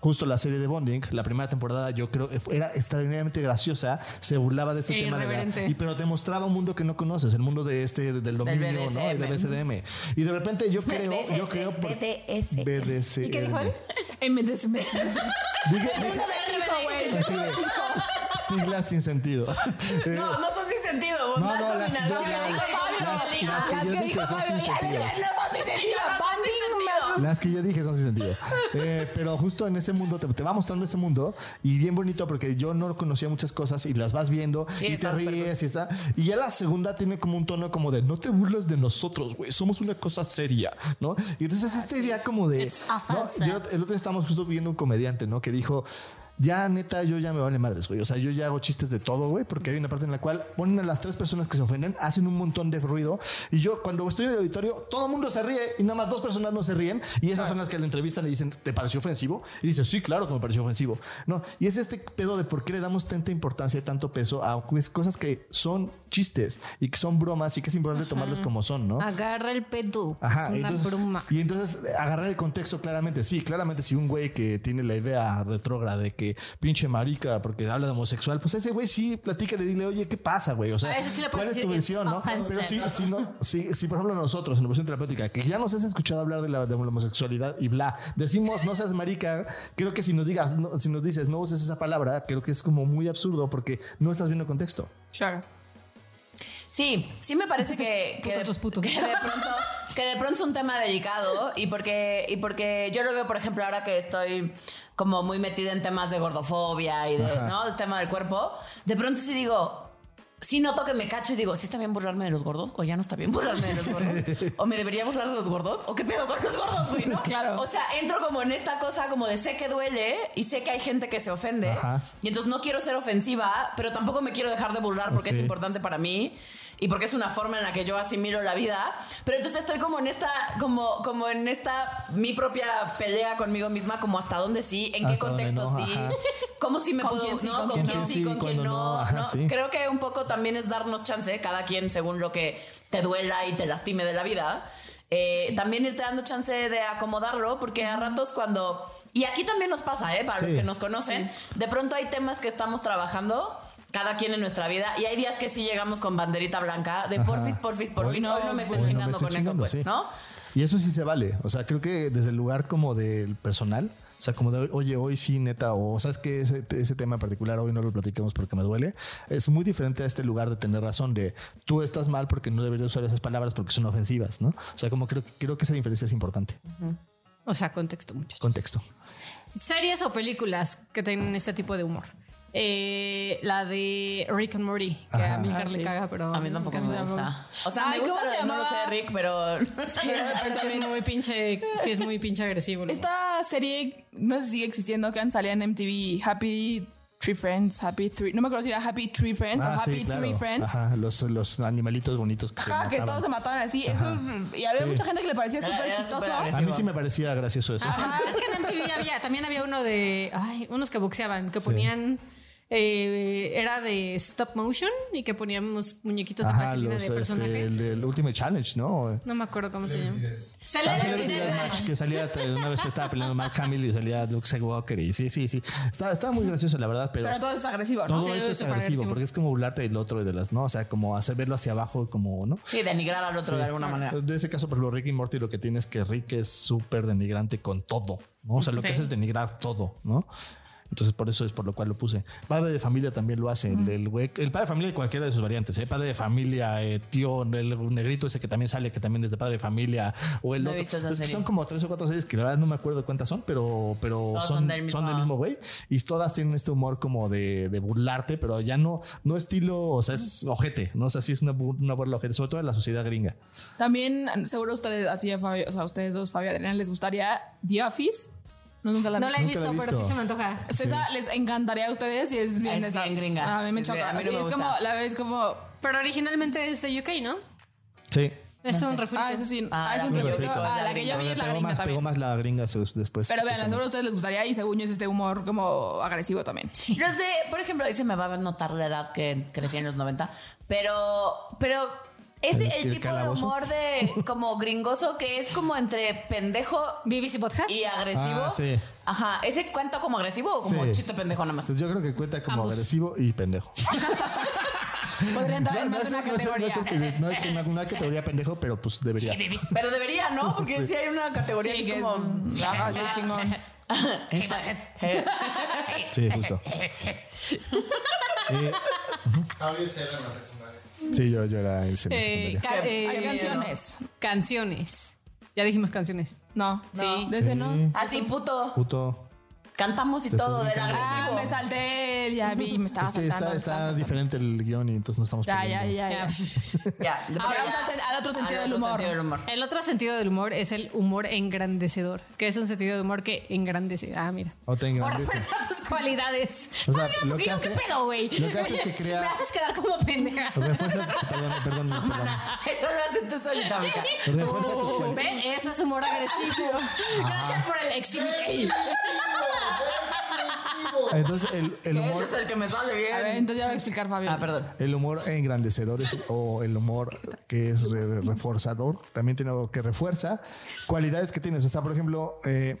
S1: Justo la serie de Bonding, la primera temporada, yo creo que era extraordinariamente graciosa. Se burlaba de este
S4: E
S1: tema de la-
S4: irreverente.
S1: y pero te mostraba un mundo que no conoces, el mundo de este del dominio, ¿no? Y del BCDM. Y de repente yo creo, yo creo por
S3: BDSM.
S1: BDSM.
S4: ¿Y qué dijo él?
S2: En vez de se me- se me- se me-
S1: Dije-
S4: *laughs*
S2: Eso
S1: dije-
S2: de cinco, güey.
S1: así de- siglas sin sentido. *laughs* Eh,
S3: No, no son sin sentido. vos,
S1: No, no,
S3: vas
S1: las-
S3: dominando.
S1: yo-
S3: Ay,
S1: las-
S3: Pablo,
S1: las que yo dije son sin sentido.
S2: Van Ding más-
S1: Las que yo dije son sin
S3: *laughs*
S1: sentido. Eh, pero justo en ese mundo te, te va mostrando ese mundo y bien bonito porque yo no conocía muchas cosas y las vas viendo y te
S3: está súper
S1: ríes y está. Y ya la segunda tiene como un tono como de no te burles de nosotros, güey, somos una cosa seria, ¿no? Y entonces esta idea como de.
S4: It's
S1: ¿no?
S4: offensive.
S1: Yo- el otro día estábamos justo viendo un comediante, ¿no? Que dijo. Ya, neta, yo ya me vale madres, güey. O sea, yo ya hago chistes de todo, güey, porque hay una parte en la cual ponen a las tres personas que se ofenden, hacen un montón de ruido. Y yo, cuando estoy en el auditorio, todo el mundo se ríe y nada más dos personas no se ríen. Y esas son las que le entrevistan y dicen, ¿te pareció ofensivo? Y dice, sí, claro que me pareció ofensivo. No, y es este pedo de por qué le damos tanta importancia y tanto peso a pues, cosas que son chistes y que son bromas y que es importante tomarlos como son, ¿no?
S4: Agarra el pedo.
S1: Ajá,
S4: es una
S1: entonces-
S4: bruma.
S1: Y entonces eh, agarrar el contexto claramente. Sí, claramente si un güey que tiene la idea retrógrada de que pinche marica porque habla de homosexual, pues ese güey sí, platícale, dile, oye, ¿qué pasa, güey? O
S4: A
S1: sea,
S4: ese sí le
S1: ¿cuál
S4: puedes
S1: es tu
S4: decir,
S1: versión,
S4: "It's
S1: no?
S4: offensive".
S1: Pero sí, si, no, sí, sí, por ejemplo nosotros en evolución terapéutica, que ya nos has escuchado hablar de la, de la homosexualidad y bla, decimos no seas marica, creo que si nos digas, no- si nos dices no uses esa palabra, creo que es como muy absurdo porque no estás viendo el contexto.
S2: Claro.
S3: Sí, sí me parece que, que,
S4: *laughs* Putos
S3: de-
S4: los putos.
S3: que de pronto que de pronto es un tema delicado y porque y porque yo lo veo por ejemplo ahora que estoy como muy metida en temas de gordofobia y de,
S1: Ajá.
S3: ¿no? del tema del cuerpo, de pronto sí digo Sí noto que me cacho y digo, ¿sí está bien burlarme de los gordos? ¿O ya no está bien burlarme de
S1: *laughs*
S3: los gordos? ¿O me debería burlar de los gordos? ¿O qué pedo con los gordos, güey,
S4: *laughs*
S3: no?
S2: Claro.
S3: O sea, entro como en esta cosa como de sé que duele y sé que hay gente que se ofende.
S1: Ajá.
S3: Y entonces no quiero ser ofensiva, pero tampoco me quiero dejar de burlar porque es
S1: Sí.
S3: importante importante para mí y porque es una forma en la que yo asimilo la vida. Pero entonces estoy como en esta, como, como en esta, mi propia pelea conmigo misma, como hasta dónde sí, en qué
S1: Hasta dónde
S3: contexto
S1: no,
S3: sí,
S1: ajá.
S3: *laughs* cómo sí me
S2: Con
S3: puedo,
S2: quién sí,
S3: ¿no?
S2: con
S3: con
S2: quién
S3: quién
S1: no.
S3: sí, con quién
S1: cuándo
S3: no.
S1: no, ajá,
S3: ¿no?
S1: sí.
S3: Creo que un poco también es darnos chance, cada quien según lo que te duela y te lastime de la vida. Eh, también irte dando chance de acomodarlo, porque a ratos cuando. Y aquí también nos pasa, ¿eh? Para los
S1: Sí.
S3: que nos conocen, de pronto hay temas que estamos trabajando. Cada quien en nuestra vida. Y hay días que sí llegamos con banderita blanca de
S1: Ajá.
S3: porfis, porfis, porfis.
S2: Hoy no,
S3: Hoy no me
S2: hoy
S3: estén
S1: no me
S3: chingando
S1: estén
S3: con eso,
S1: chingando,
S3: pues,
S1: sí.
S3: ¿no?
S1: Y eso sí se vale. O sea, creo que desde el lugar como del personal, o sea, como de, oye, hoy sí, neta, o sabes que ese, ese tema en particular hoy no lo platiquemos porque me duele, es muy diferente a este lugar de tener razón, de tú estás mal porque no deberías usar esas palabras porque son ofensivas, ¿no? O sea, como creo, creo que esa diferencia es importante.
S4: O sea, contexto, muchachos.
S1: Contexto.
S4: Series o películas que tienen este tipo de humor. Eh, la de Rick and Morty, que a mí
S3: Ah,
S4: Carl
S3: sí.
S4: le caga, pero
S3: A mí tampoco me gusta. O sea,
S2: Ay,
S3: me
S2: ¿cómo
S3: gusta,
S2: se
S3: pero no lo
S2: llamaba?
S3: sé, Rick, pero.
S4: Sí, pero sí es muy pinche, sí es muy pinche agresivo. luego.
S2: Esta serie, no sé si sigue existiendo, que han salido en MTV, Happy Three Friends, Happy Three, no me acuerdo si era Happy Three Friends o
S1: Ah, sí,
S2: Happy
S1: claro.
S2: Three Friends.
S1: Ajá, los, los animalitos bonitos que se
S2: Ajá, que
S1: mataban.
S2: todos se mataban así. Eso, y había
S1: Sí.
S2: mucha gente que le parecía
S3: Era-
S2: súper
S3: era
S2: chistoso.
S3: súper agresivo.
S1: A mí sí me parecía gracioso
S4: *laughs*
S1: eso.
S4: Ajá, es que en MTV había, también había uno de, ay, unos que boxeaban, que ponían, eh, era de stop motion y que poníamos muñequitos de
S1: Ajá,
S4: plastilina
S1: los,
S4: de personajes.
S1: este, el, el Ultimate Challenge, ¿no?
S4: No me acuerdo cómo se llama.
S1: Ah, sí,
S4: Celebrity
S1: Celebrity Deathmatch, que salía una vez que estaba peleando Mark Hamill y salía Luke Skywalker y sí, sí, sí. Estaba, estaba muy gracioso, la verdad, pero,
S2: Pero todo es agresivo, ¿no?
S1: todo
S4: sí,
S1: eso es agresivo,
S4: súper agresivo.
S1: porque es como burlarte del otro y de las, ¿no? O sea, como hacer verlo hacia abajo, como, ¿no?
S3: *laughs* Sí, denigrar al otro de alguna manera.
S1: En ese caso, por ejemplo, Rick y Morty lo que tiene es que Rick es súper denigrante con todo, ¿no? O sea, lo que
S4: Sí.
S1: hace es denigrar todo, ¿no? Entonces, por eso es por lo cual lo puse. Padre de familia también lo hace. El, el güey- el padre de familia de cualquiera de sus variantes. ¿eh? Padre de familia, eh, tío, el negrito ese que también sale, que también es de padre de familia. O el
S3: No he
S1: otro.
S3: visto esa
S1: Es que
S3: serie.
S1: son como tres o cuatro series que la verdad no me acuerdo cuántas son, pero, pero
S3: Todas
S1: son, son del mismo, güey. Y todas tienen este humor como de, de burlarte, pero ya no, no estilo, o sea, es ojete, ¿no? O sea, sí es una, bu- una burla ojete, sobre todo en la sociedad gringa.
S2: También, seguro ustedes, a ti, a Fabio, o sea, a ustedes dos, Fabio y Adriana, les gustaría The Office. No, nunca la han
S4: No la he
S2: visto.
S1: Nunca la
S4: visto,
S1: he
S4: pero sí
S1: visto.
S4: se me antoja.
S2: Es esa les encantaría a ustedes y es
S3: Ah,
S2: bien
S3: Es
S2: de esas. Ah,
S3: bien gringa.
S2: A mí me
S3: Sí,
S2: choca.
S3: a mí no
S2: Sí,
S3: me
S2: es
S3: gusta.
S2: como, la vez como.
S4: Pero originalmente es de UK, ¿no?
S1: Sí.
S4: Es un refrito.
S2: Ah, eso sí.
S3: Ah,
S2: Ah, es
S3: la
S2: un
S3: gringa.
S2: proyecto.
S3: Gringa.
S2: Ah, la que yo vi es la
S1: pegó,
S2: gringa
S1: más, pegó
S2: también.
S1: más la gringa su- después.
S2: Pero vean, seguro a
S1: justamente.
S2: ustedes les gustaría y según yo es este humor como agresivo también.
S3: Los de, por ejemplo, ahí se me va a notar la edad que crecí en los 90, pero, pero es
S1: ¿El-
S3: el,
S1: el
S3: tipo de
S1: calabozo?
S3: humor de como gringoso que es como entre pendejo
S4: BBC Podcast.
S3: y agresivo.
S1: Ah, sí.
S3: Ajá, ese cuenta como agresivo o como
S1: Sí.
S3: chiste pendejo nada más.
S1: Entonces, yo creo que cuenta como
S4: Ambos.
S1: agresivo y pendejo.
S2: *laughs* Podría entrar en
S1: No, no
S2: más
S1: es-
S2: una
S1: no es- no
S2: categoría.
S1: es- No es no es una categoría pendejo, pero pues debería.
S3: Pero debería, ¿no? Porque si hay una categoría
S2: Sí,
S3: que
S2: que
S3: es
S2: es-
S3: como
S2: Ajá, sí, chingón.
S3: *laughs* Esta- eh,
S1: Sí,
S2: *laughs*
S1: justo. Eh, ujú. Sí, yo, yo era el seno
S4: Eh,
S1: secundaria.
S4: ca-
S3: Qué-
S4: eh,
S2: Hay canciones.
S4: Canciones. Ya dijimos canciones.
S2: No,
S3: Sí.
S2: no, de ese no.
S3: Así puto.
S1: Puto.
S3: Cantamos y
S1: Te estás
S3: todo del
S1: brincando.
S2: Ah,
S3: agresivo.
S2: me salté, el- ya vi, me estaba
S1: Es que está,
S2: saltando. me estaba
S1: está
S2: saltando.
S1: diferente el guión y entonces no estamos
S2: Ya,
S1: perdiendo.
S2: ya,
S4: Ah,
S2: ya, ya.
S3: Ya, de-
S2: Ahora
S3: ya.
S2: vamos al sen- al otro sentido del humor.
S3: sentido
S2: *laughs*
S3: del humor. *laughs*
S4: El otro sentido del humor es el humor engrandecedor, que es un sentido de humor que engrandece. Ah, mira.
S1: O te
S4: Por
S1: engrandece.
S4: fuerza tus cualidades.
S1: O sea,
S4: Ah, mira,
S1: lo
S4: tu
S1: que
S4: guión,
S1: hace-
S4: ¿qué pedo, güey?
S1: lo que hace es que crea-
S4: Me haces quedar como pendeja.
S1: Refuerza, perdón, perdón, perdón. pues,
S3: Eso lo haces tú solita, mija.
S2: *laughs*
S1: Refuerza tus
S2: Oh.
S1: cualidades.
S4: ¿Ven? Eso es humor
S1: Ah.
S4: agresivo. Gracias por el exhibir.
S1: Entonces, el, el humor.
S3: Ese es el que me sale bien.
S2: A ver, entonces ya voy a explicar, Fabio.
S3: Ah, perdón.
S1: El humor engrandecedor es- o el humor que es re- reforzador también tiene algo que refuerza cualidades que tienes. O sea, por ejemplo, eh,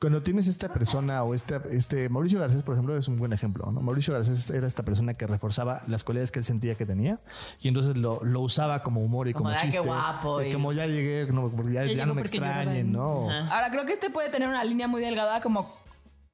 S1: cuando tienes esta persona o este, este Mauricio Garcés, por ejemplo, es un buen ejemplo. ¿no? Mauricio Garcés era esta persona que reforzaba las cualidades que él sentía que tenía y entonces lo, lo usaba como humor y como,
S3: Como de, "Ah, qué
S1: chiste.
S3: guapo",
S1: Y
S3: y-
S1: como ya llegué, no, porque ya,
S4: Ya
S1: ya
S4: llegó
S1: no me
S4: porque yo era él.
S1: extrañen, ¿no?
S2: Ahora creo que este puede tener una línea muy delgada como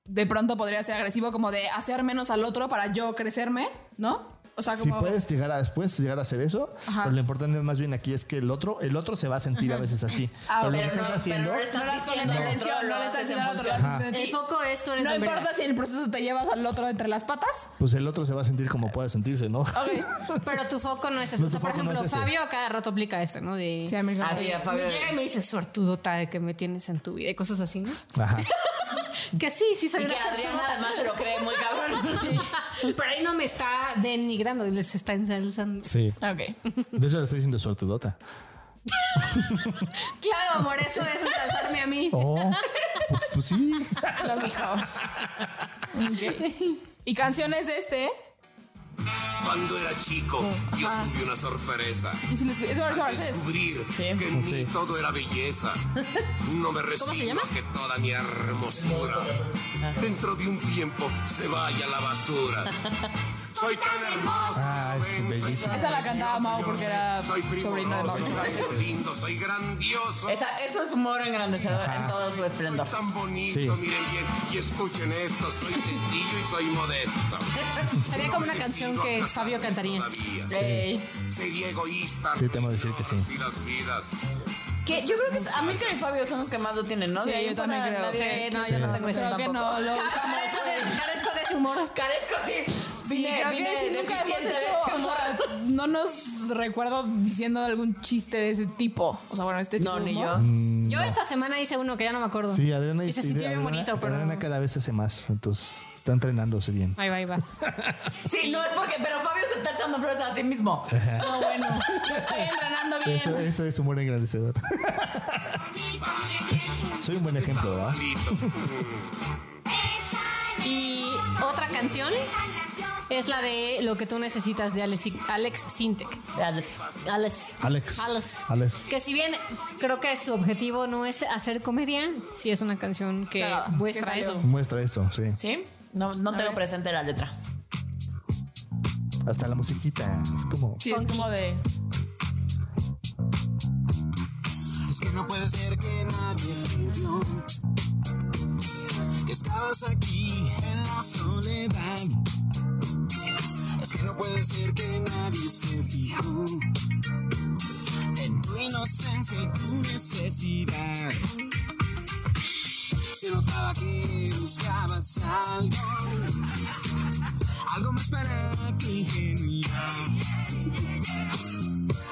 S2: de pronto podría ser agresivo como de hacer menos al otro para yo crecerme, ¿no? O sea,
S1: si
S2: como
S1: puedes llegar a después llegar a hacer eso,
S2: Ajá.
S1: pero lo importante más bien aquí es que el otro, el otro se va a sentir a veces así.
S2: Ah,
S1: pero lo que
S2: pero
S1: estás haciendo,
S3: Pero no estás
S2: no, con la
S3: diciendo al
S2: intención,
S3: otro,
S2: no
S3: lo
S2: le estás
S3: haces en
S2: diciendo al otro, lo
S3: función.
S2: haces en
S4: El
S2: ti.
S4: foco es tú eres
S2: No
S4: Don
S2: importa
S4: Vergas.
S2: si en el proceso te llevas al otro entre las patas.
S1: pues el otro se va a sentir como pueda sentirse, ¿no?
S4: Pero tu foco no es
S1: No,
S4: eso. O sea,
S1: tu
S4: por
S1: foco no
S4: ejemplo,
S1: es ese.
S4: Fabio a cada rato aplica este, ¿no? De,
S2: Sí, amigo.
S3: Así, a
S4: me
S3: Fabio.
S4: llega y me dice, suertudota de que me tienes en tu vida y cosas así, ¿no?
S1: *laughs*
S2: *laughs*
S1: Ajá.
S4: Que sí, sí soy
S3: Y que
S4: una
S3: Adriana
S4: suertuda.
S3: además se lo cree muy
S2: *laughs*
S3: cabrón.
S4: *laughs* Pero ahí no me está denigrando, les está ensalzando.
S1: Sí.
S2: Ok.
S1: De hecho, le estoy diciendo suertudota.
S4: Claro, amor, eso es ensalzarme a mí.
S1: Oh, pues, pues sí.
S2: Lo mijo. Ok. Y canciones de este.
S8: Cuando era chico, yo tuve una sorpresa.
S2: Y si les es Mauricio
S8: Al
S2: Garcés.
S8: descubrir que en mí todo era belleza. No me resigno
S4: llama?
S8: a que toda mi hermosura dentro de un tiempo se vaya a la basura. Soy tan hermoso.
S1: Ah, es bellísimo.
S2: Esa la cantaba Mau porque era sobrino de Mauricio.
S8: Soy lindo, soy grandioso.
S3: Esa- eso es humor engrandecedor en todo su esplendor.
S8: Soy tan bonito,
S1: Sí.
S8: miren, y, y escuchen esto, soy sencillo y soy modesto.
S4: Sería como una canción que Fabio cantaría.
S8: Todavía
S3: Ey.
S8: sería egoísta.
S1: Sí, te voy a decir que sí.
S8: Así las vidas.
S3: Que yo creo que es- Amílcar y Fabio son los que más lo tienen, ¿no?
S2: Sí,
S3: De ahí
S2: yo
S3: en
S2: también
S3: fuera
S2: creo.
S3: nadie-
S4: Sí, no, yo no tengo
S2: Pues
S4: ese
S2: creo que
S4: tampoco.
S2: no lo
S3: Carezco de, carezco de ese humor. Carezco, sí.
S2: Sí, creo que sí, nunca hemos
S3: deficiente de ese
S2: hecho, o
S3: humor.
S2: sea, no nos recuerdo diciendo algún chiste de ese tipo. O sea, bueno, este tipo
S3: No,
S2: de
S3: ni
S2: humor.
S3: yo.
S4: Yo esta semana hice uno que ya no me acuerdo.
S1: Sí, Adriana
S4: Y se sintió bien
S1: Adriana-
S4: bonito, pero.
S1: Adriana cada vez hace más. Entonces está entrenándose bien.
S4: Ahí va, ahí va.
S3: Sí, no es porque, pero Fabio se está echando flores a sí mismo.
S1: *laughs*
S4: No, bueno. Yo estoy entrenando
S1: Eso,
S4: bien.
S1: eso es humor engrandecedor. *laughs* Soy un buen ejemplo, ¿verdad?
S4: Y otra canción es la de Lo que tú necesitas de Alex, Alex Sintek.
S3: Alex.
S4: Alex.
S1: Alex.
S4: Alex.
S1: Alex.
S4: Que si bien creo que su objetivo no es hacer comedia, sí es una canción que
S2: Claro, que
S4: muestra
S2: salió.
S4: eso.
S1: Muestra eso, sí.
S3: ¿Sí? No, no tengo presente la letra.
S1: Hasta la musiquita. Es como.
S2: Sí, es como de.
S9: Es que no puede ser que nadie te vio. Que estabas aquí en la soledad. Es que no puede ser que nadie se fijó en tu inocencia y tu necesidad. Se notaba que buscabas algo, algo más para tu ingenuidad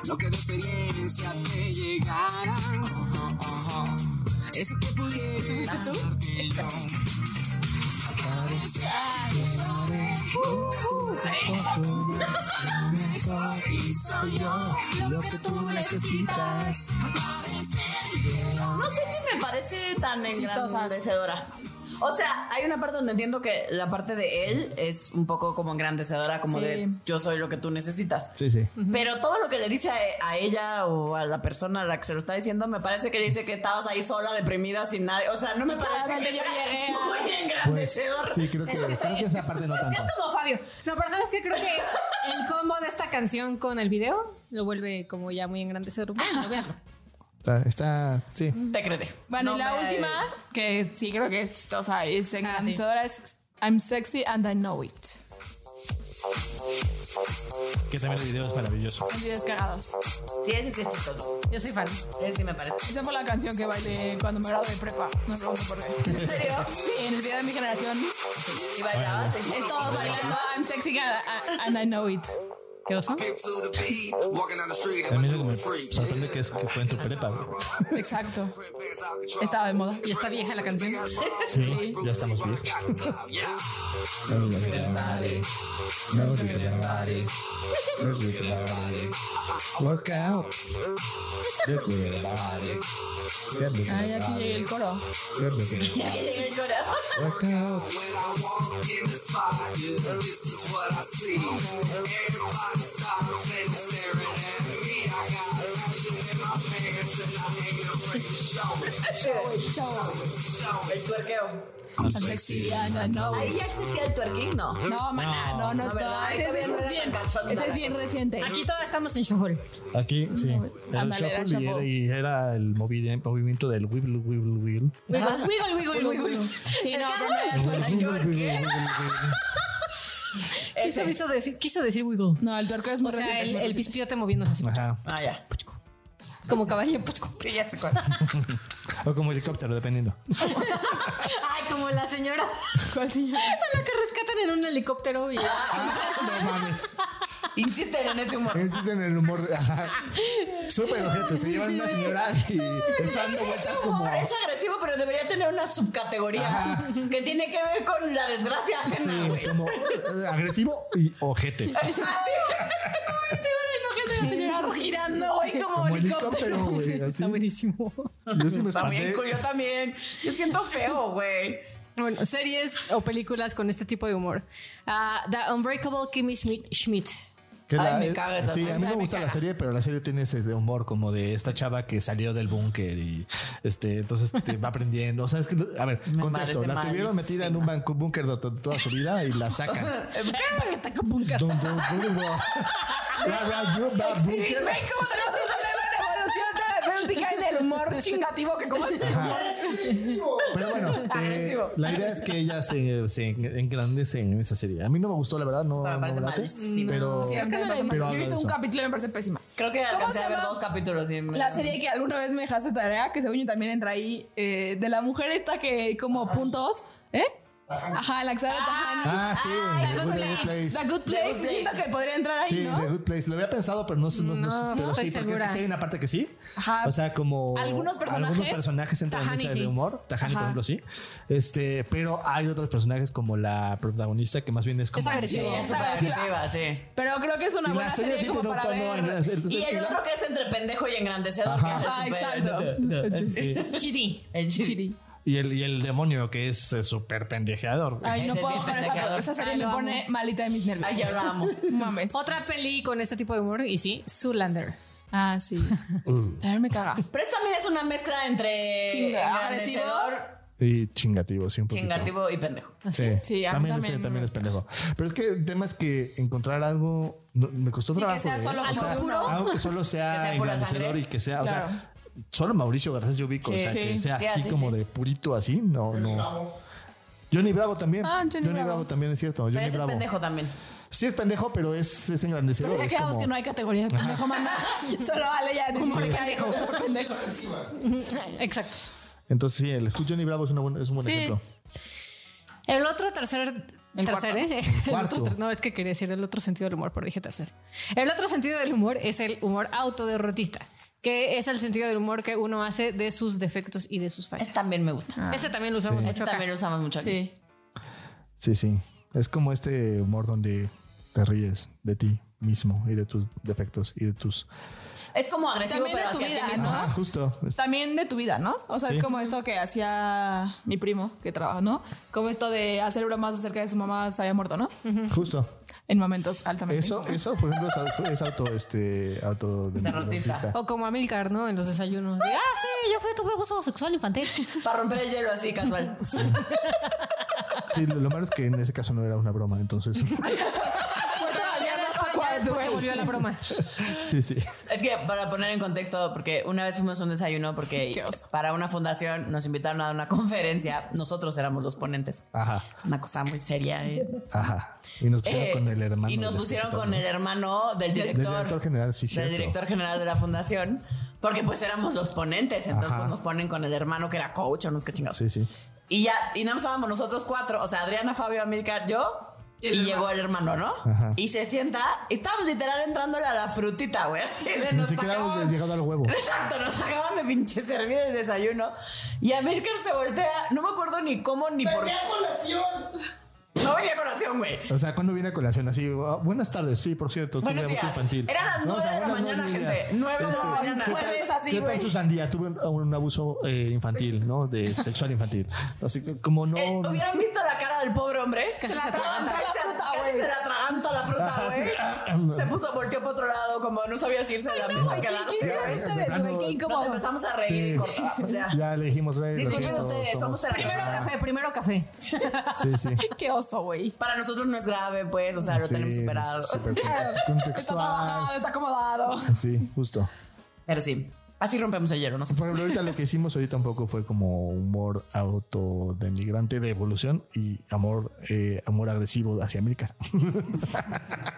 S9: lo que de experiencia te llegará. Eso que pudiese tú?
S1: Lo que tú necesitas.
S3: No sé si me parece tan
S2: Chistosas.
S3: engrandecedora. O sea, hay una parte donde entiendo que la parte de él es un poco como engrandecedora, como
S2: Sí.
S3: de yo soy lo que tú necesitas.
S1: Sí, sí.
S3: Pero todo lo que le dice a, a ella o a la persona a la que se lo está diciendo, me parece que le dice que estabas ahí sola, deprimida, sin nadie. O sea, no me parece
S4: Claro,
S3: que
S4: yo llegué
S3: sea
S4: a-
S3: muy
S1: Pues,
S3: engrandecedor.
S1: sí, creo que, creo que esa parte no
S4: Es que
S1: tanto.
S4: es como Fabio. No, pero ¿sabes qué? Creo que el combo de esta canción con el video lo vuelve como ya muy engrandecedor. Bueno, veanlo.
S1: Está, Ah, está- sí.
S3: Te creeré.
S2: Bueno,
S3: No
S2: y la
S3: me-
S2: última, que sí creo que es chistosa y es engrandecedora, es I'm sexy and I know it.
S1: Que también el video es maravilloso.
S2: Así es cagado.
S3: Sí, ese sí es chistoso.
S4: Yo soy fan.
S3: Ese sí me parece.
S2: Esa fue la canción que bailé cuando me gradué de prepa. No me pregunto por qué. ¿En serio? Sí, en el video de mi generación.
S3: Y bailabas.
S2: Es todos bailando I'm sexy and, and I know it.
S4: ¿Qué oso?
S1: También lo que me sorprende que es que fue en tu prepa, güey.
S2: Exacto. Estaba de moda.
S4: Y está vieja la canción.
S1: Sí, ya estamos bien. Work out.
S2: Ay, aquí llegué el coro.
S3: eh.
S1: Work out.
S3: El tuerqueo.
S2: I'm sexy and I know it.
S3: Ahí ya existía el tuerquín, ¿no?
S2: No, maná, no, no,
S3: No, ¿verdad?
S2: está. Ese, ese
S3: Todavía no
S2: es
S3: era tan
S2: bien,
S3: cachonda
S2: ese
S3: la
S2: es bien reciente.
S4: Aquí todas estamos en shuffle.
S1: Aquí, sí. Era el
S2: Ándale, era
S1: shuffle y era,
S2: shuffle.
S1: y era el movi- movimiento del wibble, wibble, wibble.
S4: Wiggle, wiggle, wiggle, wiggle.
S2: Sí, no, pero no era tuerco.
S1: Wibble, wibble, wibble, wiggle.
S4: *laughs* Quiso, quiso decir, quiso decir wiggle.
S2: No, el tuerco es
S4: O
S2: muy
S4: sea,
S2: reciente.
S4: el, el pispiote moviéndose así.
S1: Ajá.
S3: Ah, ya.
S4: Como caballo. en puchco.
S3: Sí, ya sé cuál.
S1: *laughs* O como helicóptero, dependiendo.
S4: Ay, como la *laughs* señora.
S2: ¿Cuál señora?
S4: La que rescatan en un helicóptero. Y...
S1: No mames.
S3: Insisten en ese humor.
S1: Insisten en el humor. de- Ajá. Súper ojete. Se llevan una señora y está dando vueltas como.
S3: Humor es agresivo, pero debería tener una subcategoría que tiene que ver con la desgracia ajena,
S1: Sí,
S3: güey.
S1: como eh, agresivo y ojete.
S3: *laughs*
S2: La señora girando, güey, como
S1: Como
S4: *laughs*
S1: helicóptero, güey. Así.
S4: Está buenísimo.
S1: Yo sí me
S3: Está muy
S1: espanté.
S3: encu- yo también. Yo siento feo,
S1: *laughs*
S3: güey.
S4: Bueno, series o películas con este tipo de humor. Ah, The Unbreakable Kimmy Schmidt. Schmidt.
S1: Que
S3: Ay,
S1: la-
S3: me caga esa
S1: Sí,
S3: serie.
S1: a mí
S3: Ay,
S1: me
S3: me
S1: gusta la
S3: caga.
S1: serie, pero la serie tiene ese humor como de esta chava que salió del búnker y este, entonces te va aprendiendo. O sea, es que, a ver,
S3: Me
S1: contexto.
S3: parece
S1: La tuvieron metida en un ban- búnker durante toda su vida y la sacan. Don- don-
S3: *laughs*
S1: don- don- La- la- yo- la- búnker.
S2: ¿Ven cómo tenemos un problema en evolución terapéutica en el humor chingativo que como es?
S1: Pero
S2: *laughs*
S1: bueno, eh,
S2: Ah,
S3: Agresivo.
S1: la idea es que ella se, se engrandece en esa serie. A mí no me gustó, la verdad, no,
S3: me
S1: no
S3: parece
S1: me late,
S3: malísima.
S1: pero
S2: Sí, a mí también me
S1: Pero
S2: parece mal. Yo he
S1: habla de
S2: visto un
S1: eso.
S2: capítulo y me parece pésima.
S3: Creo que
S2: ¿Cómo
S3: alcancé
S2: se
S3: a ver
S2: llama?
S3: dos capítulos. y me-
S2: La serie que alguna vez me dejaste tarea, que según yo también entra ahí, eh, de la mujer esta que como puntos, ¿eh? Ajá, la que sale Tahani.
S1: Ah, sí,
S3: Ay,
S1: The
S3: Good
S1: Good Place.
S2: The Good
S3: The
S2: Place,
S3: Good
S2: siento
S3: Place.
S2: que podría entrar ahí,
S1: Sí,
S2: ¿no?
S1: The Good Place. Lo había pensado, pero no, no, no,
S4: No,
S1: pero
S4: estoy
S1: sí, porque
S4: segura.
S1: sí hay una parte que sí.
S2: Ajá.
S1: O sea, como
S2: Algunos personajes.
S1: algunos personajes entran
S4: Tajani,
S1: en ese
S4: sí.
S1: de humor. Tajani,
S2: Ajá.
S1: por ejemplo, sí. Este, pero hay otros personajes como la protagonista que más bien es como.
S4: Es
S3: Sí,
S4: agresiva.
S3: es súper agresiva, sí.
S2: Pero creo que es una
S1: Y
S2: buena
S1: la
S2: serie,
S1: serie sí
S2: como
S1: tiene un
S2: para
S1: tono.
S2: ver.
S1: el- *laughs*
S3: Y el
S1: el-
S3: otro que es entre pendejo y engrandecedor.
S1: Ajá.
S3: Que
S2: Ah,
S3: se supera.
S2: exacto. Sí.
S4: Chidi.
S3: El chiri.
S2: Chiri.
S1: Y el, y el demonio que es eh, súper pendejeador.
S2: Ay, no
S3: Ese
S2: puedo
S3: es bien
S2: con esa,
S3: pendejador.
S2: esa serie
S4: Ay,
S2: me
S4: lo
S2: pone malita de mis nervios.
S3: Ay, yo lo amo.
S2: Mames.
S4: Otra peli con este tipo de humor y sí, Zoolander.
S2: Ah,
S1: *laughs*
S2: sí.
S1: Mm.
S2: También me caga.
S3: Pero esto también es una mezcla entre
S2: Chinga, agresivo.
S3: engrandecedor,
S1: Y chingativo, sí, un poquito.
S3: chingativo y pendejo.
S1: Sí,
S2: Ah, Sí, a mí
S1: también,
S2: también.
S1: Es, también es pendejo. Pero es que el tema es que encontrar algo no- me costó
S2: Sí, que
S1: trabajo.
S2: sea
S1: ¿eh?
S2: solo
S1: O
S2: como
S1: sea,
S2: puro.
S1: algo que
S2: *laughs*
S1: solo
S3: Que
S1: sea
S3: sea pura
S1: engrandecedor
S3: sangre.
S1: y que sea, o
S2: Claro.
S1: sea, solo Mauricio Garcés yo ubico,
S2: Sí,
S1: o sea, que
S2: sí.
S1: sea
S3: Sí,
S1: así
S3: así,
S1: como
S3: sí.
S1: de purito así, no, no. Johnny Bravo también.
S2: Ah, Johnny
S1: Johnny, Bravo.
S2: Bravo
S1: también es cierto. Johnny
S3: Pero ese es
S1: Bravo.
S3: pendejo también.
S1: Sí es pendejo, pero es, es engrandecedor.
S2: Pero ya
S1: es
S2: quedamos
S1: como-
S2: que no hay categoría de pendejo, manda. *laughs* Solo vale ya decir que hay *laughs* humor pendejo.
S4: Exacto.
S1: Entonces sí, el Johnny Bravo es, una buena- es un buen
S4: Sí.
S1: ejemplo.
S4: El otro tercer.
S2: El
S4: tercer, ¿eh? El
S1: Cuarto.
S4: otro ter- no, es que quería decir el otro sentido del humor, pero dije tercer. El otro sentido del humor es el humor autoderrotista, que es el sentido del humor que uno hace de sus defectos y de sus fallas. Ah.
S3: Ese también me gusta.
S4: Ese también lo usamos
S3: Ese
S4: mucho acá.
S3: también lo usamos mucho. aquí.
S2: Sí.
S1: Sí, sí. Es como este humor donde te ríes de ti mismo y de tus defectos y de tus...
S3: Es como agresivo,
S2: También
S3: pero
S2: de tu
S3: hacia
S2: vida,
S3: ti
S2: ¿no?
S3: mismo.
S1: Ajá, justo.
S2: También de tu vida, ¿no? O sea, es como esto que hacía mi primo que trabaja, ¿no? Como esto de hacer bromas acerca de su mamá se había muerto, ¿no?
S1: Justo.
S2: En momentos altamente.
S1: Eso,
S2: incómodos.
S1: eso, por ejemplo, es- es auto, este, auto
S3: Derrotista.
S4: O como Amilcar, ¿no? En los desayunos. de, ah, sí, yo fui tuve abuso sexual
S3: *laughs*
S4: infantil.
S3: Para romper el hielo así
S1: *laughs*
S3: casual.
S1: Sí, lo, lo malo es que en ese caso no era una broma,
S3: *laughs*
S1: entonces. *laughs*
S2: Fue
S4: Ya
S2: todavía más
S4: después- ya
S2: awkward,
S4: después se
S2: güey.
S4: volvió la broma.
S1: Sí, sí.
S3: Es que para poner en contexto, porque una vez fuimos a un desayuno, porque
S2: *laughs* Qué oso.
S3: para una fundación nos invitaron a una conferencia. Nosotros éramos los ponentes.
S1: Ajá,
S3: Una cosa muy seria. ¿eh?
S1: ajá. Y nos pusieron
S3: Eh,
S1: con el hermano.
S3: y nos
S1: del
S3: pusieron
S1: esposito,
S3: con
S1: ¿no?
S3: el hermano
S1: Del
S3: del director.
S1: director general, sí,
S3: del
S1: cierto.
S3: director general de la fundación. Porque pues éramos los ponentes, entonces
S1: Ajá.
S3: pues, nos ponen con el hermano que era coach o no sé qué chingados.
S1: Sí, sí.
S3: Y ya, y nada más estábamos nosotros cuatro, o sea, Adriana, Fabio, Amilcar, yo. Y, llegó el hermano, ¿no?
S1: Ajá.
S3: Y se sienta, y estábamos literal entrándole a la frutita, güey. así de
S1: Ni
S3: nos
S1: siquiera
S3: acababan-
S1: hemos llegado al huevo.
S3: *laughs* Exacto, nos acaban de pinche servir el desayuno. Y Amilcar se voltea, no me acuerdo ni cómo ni por qué. No venía colación, güey.
S1: O sea, cuando viene a colación? Así, "Ah, buenas tardes, sí, por cierto, tuve
S3: Buenos
S1: abuso
S3: días.
S1: infantil.
S3: Eran las
S1: No, o
S3: nueve
S1: sea,
S3: de la
S1: buenas
S3: mañana,
S1: nueve
S3: gente.
S1: días.
S3: Nueve de la
S1: Este,
S3: mañana.
S2: Jueves así,
S1: ¿Qué
S2: güey.
S1: tal su sandía? Tuve un, un abuso eh, infantil, ¿no?
S3: *laughs*
S1: De sexual infantil. Así que como no...
S3: Eh,
S1: no-
S3: ¿Hubieran visto la cara del pobre hombre?
S4: Casi
S3: la
S4: se atraganta.
S3: Casi,
S2: La fruta,
S3: casi
S2: güey.
S3: se la atraganta la fruta,
S1: Ajá, sí. Ah, ah,
S3: güey. Se puso, volteó para otro lado, como no sabía si irse de la mesa a
S2: Ay, ¿Qué qué hicieron
S3: quedarse.
S2: ustedes,
S1: plano-
S2: güey? Qué
S3: Nos
S2: incómodo.
S3: empezamos a reír
S1: Sí.
S3: y cortaba. O sea,
S1: *laughs* Ya le dijimos, güey, lo
S3: Disculpen
S1: siento,
S3: ustedes, somos
S4: Primero café, primero café.
S1: Sí, sí.
S3: *laughs*
S2: Qué oso, güey.
S3: para nosotros no es grave, pues, o sea, lo
S1: Sí,
S3: tenemos superado. *laughs*
S1: súper
S2: Está
S1: contextual.
S2: trabajado, está acomodado.
S1: Sí, justo.
S3: Pero sí, así rompemos el hielo, no sé.
S1: Por ejemplo, ahorita lo que hicimos ahorita un poco fue como humor autodenigrante de evolución y amor, eh, amor agresivo hacia América. *laughs*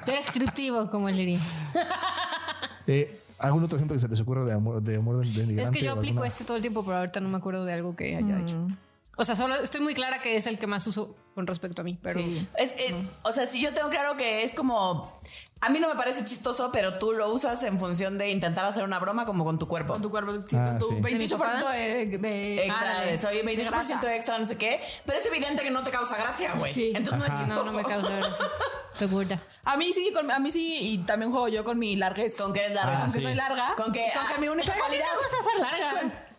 S4: Descriptivo, como él diría.
S1: Eh, ¿Algún otro ejemplo que se les ocurra de amor, de amor denigrante?
S4: Es que yo
S1: o
S4: aplico
S1: alguna-
S4: este todo el tiempo, pero ahorita no me acuerdo de algo que haya hecho. O sea, solo estoy muy clara que es el que más uso con respecto a mí, pero
S2: Sí.
S3: Es, que, O sea, si yo tengo claro que es como. A mí no me parece chistoso, pero tú lo usas en función de intentar hacer una broma como con tu cuerpo.
S2: Con tu cuerpo, sí,
S1: Ah,
S2: con tu
S1: sí.
S2: 28% de, de-
S3: extra,
S2: ah, de-
S3: de, soy
S2: de
S3: 20%
S2: grasa.
S3: extra, no sé qué. Pero es evidente que no te causa gracia, güey.
S2: Sí.
S3: Entonces no es
S1: Ajá.
S3: chistoso.
S4: no, no me causa gracia. Estoy gorda.
S2: A mí sí, con- a mí sí, y también juego yo con mi larguez.
S3: Con que eres larga.
S2: Con que
S1: Ah, sí.
S2: soy larga.
S3: Con que- ah,
S2: Con que mi única
S4: ¿Pero a ti
S2: cualidad.
S4: te gusta ser larga?
S2: Con-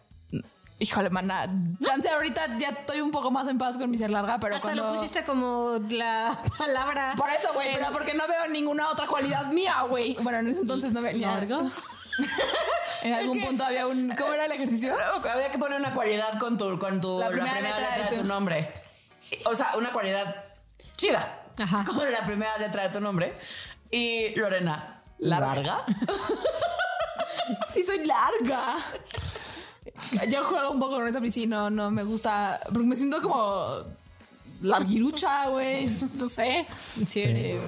S2: Híjole, maná. Chance, ahorita ya estoy un poco más en paz con mi ser larga, pero
S4: Hasta
S2: cuando...
S4: lo pusiste como la *laughs* palabra.
S2: Por eso, güey,
S4: en-
S2: pero porque no veo ninguna otra cualidad mía, güey. Bueno, en ese entonces no veía.
S4: Largo.
S2: En algún punto había un. ¿Cómo era el ejercicio?
S3: Claro, había que poner una cualidad con tu, con tu la primera, letra, de tu nombre. O sea, una cualidad chida. *laughs*
S4: Ajá.
S3: Con la primera letra de tu nombre. Y Lorena, ¿larga?
S1: Ah.
S2: Sí, soy larga. Yo juego un poco con esa piscina, no, no me gusta. Porque me siento como larguirucha, güey. No sé. Eh,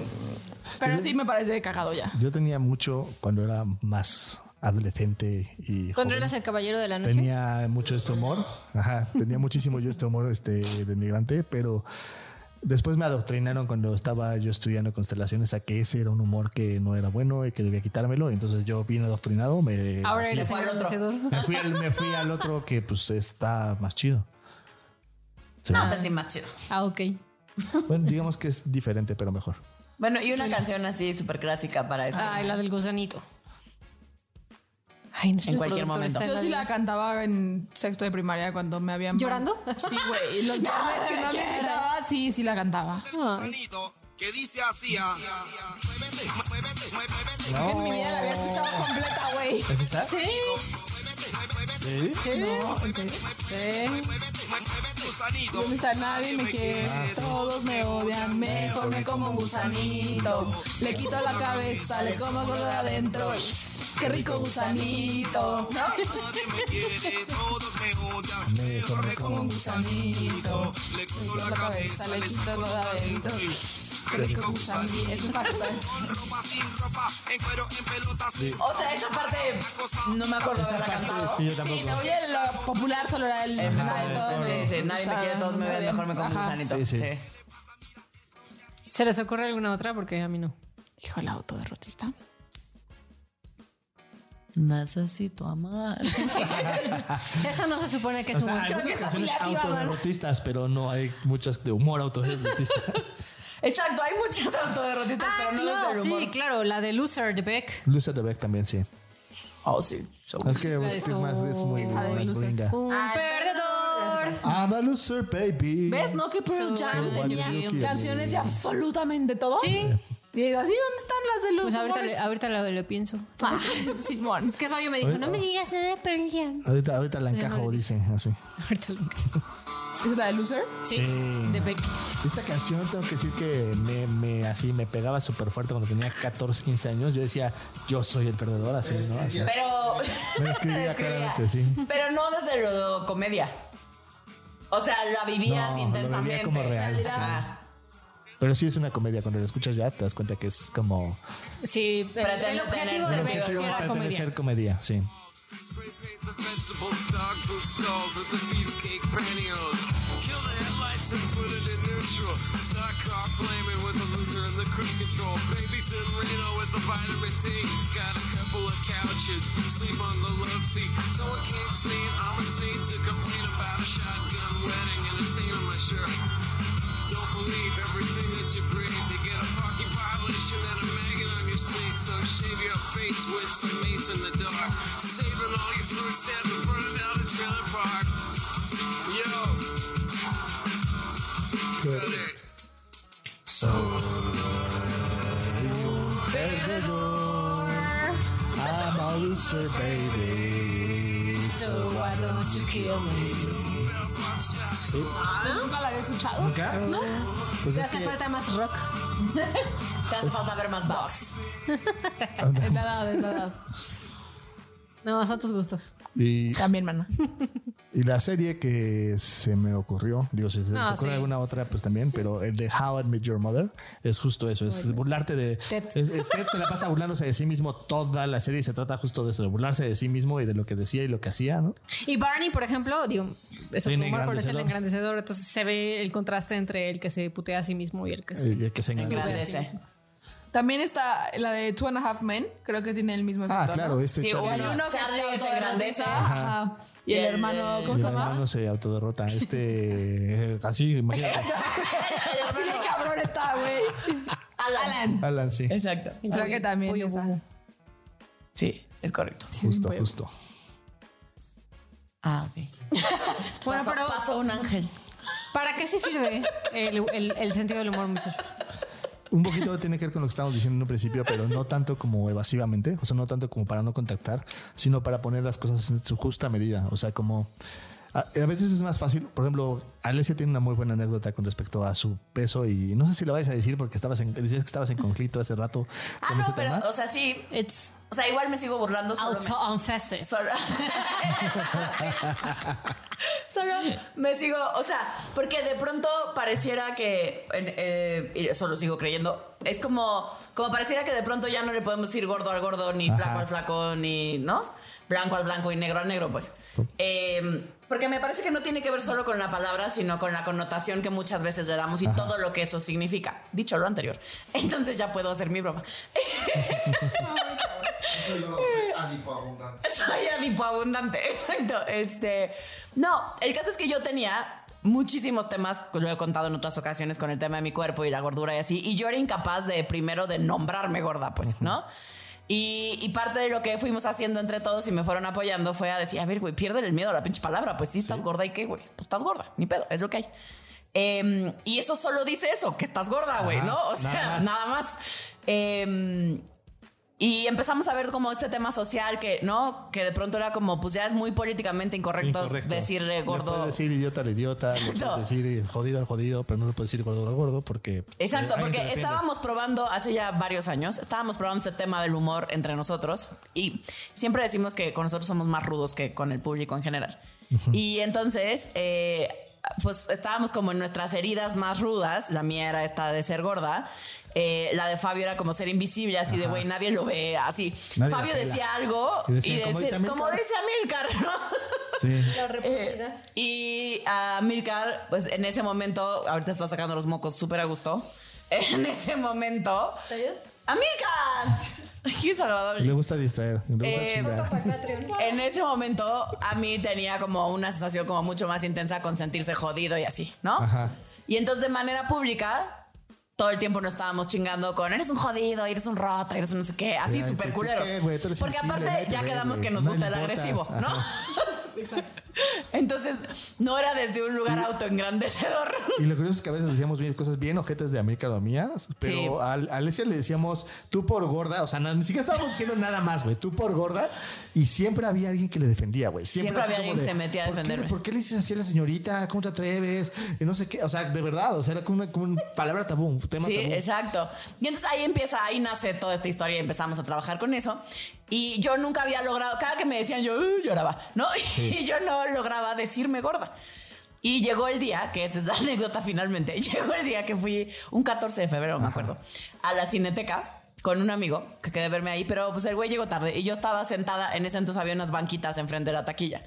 S2: Pero sí me parece cagado ya.
S1: Yo tenía mucho cuando era más adolescente y
S4: Cuando
S1: joven.
S4: eras el caballero de la noche.
S1: Tenía mucho este humor. Ajá, tenía muchísimo yo este humor este, de migrante, pero después me adoctrinaron cuando estaba yo estudiando constelaciones a que ese era un humor que no era bueno y que debía quitármelo. Entonces yo bien adoctrinado me,
S4: Ahora
S1: así,
S4: eres
S3: fue al
S4: el
S3: otro.
S4: vencedor.
S1: me, fui, al- me fui al otro que pues está más chido. Sí.
S3: No sé si más chido.
S4: Ah, ok.
S1: Bueno, digamos que es diferente, pero mejor.
S3: Bueno, y una canción así súper clásica para este, esto.
S4: Ay, Ah, la del gusanito. Ay, no sé.
S3: En cualquier momento.
S2: Yo sí la cantaba en sexto de primaria cuando me habían.
S4: ¿Llorando?
S2: Sí, güey. Y los viernes que no me invitaba, sí, sí la cantaba.
S8: Sonido que dice así. ah. Muévete, muévete, muévete.
S2: En mi vida la había escuchado completa, güey.
S1: ¿Es esa?
S2: Sí.
S1: Sí.
S2: No, ¿en serio? Sí.
S8: Sonido.
S2: ¿Dónde está nadie? Me quiere. Todos me odian. Mejor me como un gusanito. Le quito la cabeza, le como algo de adentro. Qué rico gusanito. ¿No? *laughs*
S8: Nadie me quiere, todos me odian. Mejor me como un gusanito. Le quito la cabeza, le quito
S2: lo de adentro. Qué rico gusanito. Es un factor.
S8: con
S2: *laughs*
S8: ropa, sin ropa, en cuero, en pelotas.
S3: O sea, esa parte no me acuerdo de haberla cantado.
S1: Sí, yo tampoco.
S2: Sí, no, y en lo popular solo era el nadie, todos me
S3: Sí, sí, nadie me quiere, todos me ven,
S2: odian.
S3: mejor me como un
S2: Ajá.
S3: gusanito.
S1: Sí, sí.
S4: ¿Se les ocurre alguna otra? Porque a mí no.
S2: Hijo, el autoderrotista.
S3: Necesito amar.
S4: Esa no se supone que es
S1: O
S4: humor.
S1: sea, hay
S4: Creo que
S1: muchas
S4: es
S1: canciones
S4: afiliativa, ¿no?
S1: autoderrotistas, pero no hay muchas de humor *laughs* autoderrotista.
S3: *laughs* Exacto, hay muchas autoderrotistas,
S4: Ah,
S3: pero no
S4: claro,
S3: es el humor.
S4: sí, claro, la de Loser de Beck.
S1: Luisa de Beck también, sí.
S3: Oh, sí. so-
S1: Es que es, que es más, es muy
S2: Esa de
S1: más
S2: Lucer.
S1: gringa.
S4: Un perdedor.
S1: I'm a loser, baby.
S2: ¿Ves, no? Que Pearl
S4: So
S2: Jam
S1: what
S2: tenía
S1: you do,
S2: canciones de
S1: Kid.
S2: absolutamente todo.
S4: Sí.
S2: Y es así, ¿dónde están las de los
S4: Pues ahorita,
S2: amores?
S4: le- ahorita lo, lo pienso.
S2: *laughs* Ah, Simón.
S4: Es que Fabio me dijo, no me digas nada de Pearl Jam".
S1: Ahorita, ahorita la encajo, dicen así.
S4: Ahorita lo
S2: ¿Esa es la de Loser?
S4: Sí,
S1: Sí.
S4: de Beck.
S1: Esta canción tengo que decir que me, me- así me pegaba súper fuerte cuando tenía 14, 15 años. Yo decía, yo soy el perdedor, así, ¿no? Así.
S3: Pero.
S1: *laughs* Me escribía claramente, sí.
S3: Pero no desde lo comedia. O sea, la vivías
S1: No, lo
S3: intensamente.
S1: vivía como real, sí.
S3: Ah,
S1: Pero sí es una comedia. Cuando la escuchas ya te das cuenta que es como.
S4: Sí, el,
S3: Pretendo
S4: el objetivo de
S3: tener-
S4: Beck sí era
S1: pretende
S4: comedia.
S1: ser comedia, sí.
S9: Break the vegetable stock food stalls at the beefcake pantyhose. Kill the headlights and put it in neutral. Stock car flaming with the loser and the cruise control. Babysit Reno with the vitamin D. Got a couple of couches, sleep on the love seat. Someone came saying I'm insane to complain about a shotgun wedding and a stain on my shirt. Don't believe everything that you breathe. You get a parking violation and a maggot on your sleeve. So shave your face with some mace in the dark. Saving all your food stamps and burning down the trailer park. Yo. Cut it.
S1: I'm a loser, baby.
S4: So why don't you kill me? Ah,
S2: Nunca la había escuchado.
S1: ¿Nunca? No. Pues
S4: Te
S1: es
S4: hace
S1: que-
S4: falta más rock.
S3: Te hace falta ver más box.
S2: Es la edad, es la edad.
S4: No, son tus gustos.
S1: y,
S2: También, mana.
S1: *laughs* y la serie que se me ocurrió, digo, si se les
S4: Ah,
S1: ocurre
S4: sí.
S1: alguna otra, pues también, pero el de How I Met Your Mother es justo eso, es burlarte de...
S4: Ted.
S1: es- es- Ted se la pasa burlándose de sí mismo toda la serie y se trata justo de eso, de burlarse de sí mismo y de lo que decía y lo que hacía, ¿no?
S4: Y Barney, por ejemplo, digo, es otro
S1: Tiene
S4: humor, pero es el
S1: engrandecedor.
S4: engrandecedor. Entonces se ve el contraste entre el que se putea a sí mismo y el que se.
S1: Eh, Y que se engrandece.
S3: Engrandece.
S2: También está la de Two and a Half Men. Creo que tiene el mismo efecto.
S1: Ah, claro,
S2: ¿no?
S1: este
S3: Sí,
S1: Charlie-
S2: Hay
S3: bueno,
S2: uno que
S3: Charlie
S2: está
S3: se
S2: todo
S3: engrandece.
S2: Ajá. Y el hermano, ¿cómo
S1: el
S2: se llama?
S1: hermano se autoderrota. Este, eh, así, imagínate.
S2: Así de cabrón está, güey.
S3: Alan.
S1: Alan, sí.
S3: Exacto.
S2: Creo que también
S4: Pollo
S2: esa.
S4: Bubu.
S3: Sí, es correcto.
S1: Justo, justo.
S3: *laughs* Ah, ok.
S4: Bueno,
S3: pasó,
S4: pero-
S3: pasó un ángel.
S4: ¿Para qué sí sirve el, el- el sentido del humor, muchachos?
S1: Un poquito tiene que ver con lo que estábamos diciendo en un principio, pero no tanto como evasivamente, o sea, no tanto como para no contactar, sino para poner las cosas en su justa medida. O sea, como a, a veces es más fácil. Por ejemplo, Alesia tiene una muy buena anécdota con respecto a su peso y no sé si la vais a decir porque estabas en, decías que estabas en conflicto hace rato con
S3: Ah,
S1: ese
S3: no, pero,
S1: tema.
S3: o sea, sí.
S4: It's
S3: O sea, igual me sigo burlando solo. me-
S4: auto-unfested.
S3: Solo, *laughs* Solo me sigo, o sea, porque de pronto pareciera que, en- eh, y eso lo sigo creyendo, es como, como pareciera que de pronto ya no le podemos ir gordo al gordo, ni
S1: Ajá.
S3: flaco al flaco, ni, ¿no? Blanco al blanco y negro al negro, pues. Eh, porque me parece que no tiene que ver solo con la palabra, sino con la connotación que muchas veces le damos y todo lo que eso significa. Dicho lo anterior. *laughs* Entonces ya puedo hacer mi broma. *laughs* Soy adipoabundante, *laughs* exacto. Este, no, el caso es que yo tenía muchísimos temas, que lo he contado en otras ocasiones con el tema de mi cuerpo y la gordura y así, y yo era incapaz de primero de nombrarme gorda, pues, ¿no? Y, y parte de lo que fuimos haciendo entre todos y me fueron apoyando fue a decir, a ver, güey, pierde el miedo a la pinche palabra, pues sí, estás gorda y qué, güey, tú estás gorda, ni pedo, es lo que hay. Em, y eso solo dice eso, que estás gorda, güey,
S1: Ajá,
S3: ¿no? O sea,
S1: nada
S3: nada
S1: más.
S3: más. Em, y empezamos a ver como este tema social que, ¿no? Que de pronto era como, pues ya es muy políticamente incorrecto,
S1: Incorrecto.
S3: decirle
S1: Le
S3: gordo.
S1: puedes decir idiota al idiota,
S3: *laughs*
S1: le
S3: Exacto.
S1: puedes decir jodido al jodido, pero no le puedes decir gordo al gordo porque.
S3: Exacto,
S1: eh, alguien te
S3: porque
S1: defiende.
S3: estábamos probando hace ya varios años, estábamos probando este tema del humor entre nosotros y siempre decimos que con nosotros somos más rudos que con el público en general. Y entonces, eh, pues estábamos como en nuestras heridas más rudas, la mía era esta de ser gorda, eh, la de Fabio era como ser invisible, así de, güey, nadie lo ve, así.
S1: Nadie la
S3: Fabio
S1: pela.
S3: decía algo
S1: Y
S3: y
S1: decía,
S3: decía,
S1: "Como dice Amílcar".
S3: como dice Amilcar, ¿no? *laughs*
S1: Sí.
S3: Eh, y a Milcar, pues en ese momento, ahorita está sacando los mocos súper a gusto. *laughs* En ese momento. ¡Amilcar! Ay, ¡Qué
S1: Le
S3: desagradable!
S1: gusta distraer, le gusta
S3: Eh,
S1: chingar.
S3: *laughs* En ese momento, a mí tenía como una sensación como mucho más intensa con sentirse jodido y así, ¿no?
S1: Ajá.
S3: Y entonces, de manera pública, todo el tiempo nos estábamos chingando con eres un jodido, eres un roto, eres un no sé qué, así
S1: Ay,
S3: súper
S1: ¿tú
S3: culeros.
S1: qué, güey? Tú eres
S3: Porque
S1: sensible,
S3: aparte,
S1: nadie
S3: ya
S1: te ve,
S3: quedamos
S1: güey.
S3: que nos
S1: No
S3: gusta el
S1: le importas.
S3: agresivo, ¿no?
S1: Ajá.
S3: *laughs* Entonces, no era desde un lugar autoengrandecedor.
S1: Y lo curioso es que a veces decíamos bien cosas bien ojetes de América Domías,
S3: Sí.
S1: pero a a Alesia le decíamos tú por gorda, o sea, na- ni siquiera estábamos diciendo nada más, güey, tú por gorda, y siempre había alguien que le defendía, güey.
S3: Siempre
S1: así
S3: había
S1: como
S3: alguien que se metía a
S1: "¿Por qué-
S3: defenderme?"
S1: ¿Por qué le dices así a la señorita? ¿Cómo te atreves? Y no sé qué, o sea, de verdad, o sea, era como una, como una palabra tabú, un tema
S3: Sí,
S1: tabú.
S3: exacto. Y entonces ahí empieza, ahí nace toda esta historia y empezamos a trabajar con eso. Y yo nunca había logrado, cada que me decían yo "Uh", lloraba, ¿no? *laughs* Y yo no lograba decirme gorda. Y llegó el día, que esta es la *laughs* anécdota finalmente, *laughs* llegó el día que fui un 14 de febrero, me acuerdo, a la cineteca con un amigo que quedé verme ahí, pero pues el güey llegó tarde y yo estaba sentada, en ese entonces había unas banquitas enfrente de la taquilla.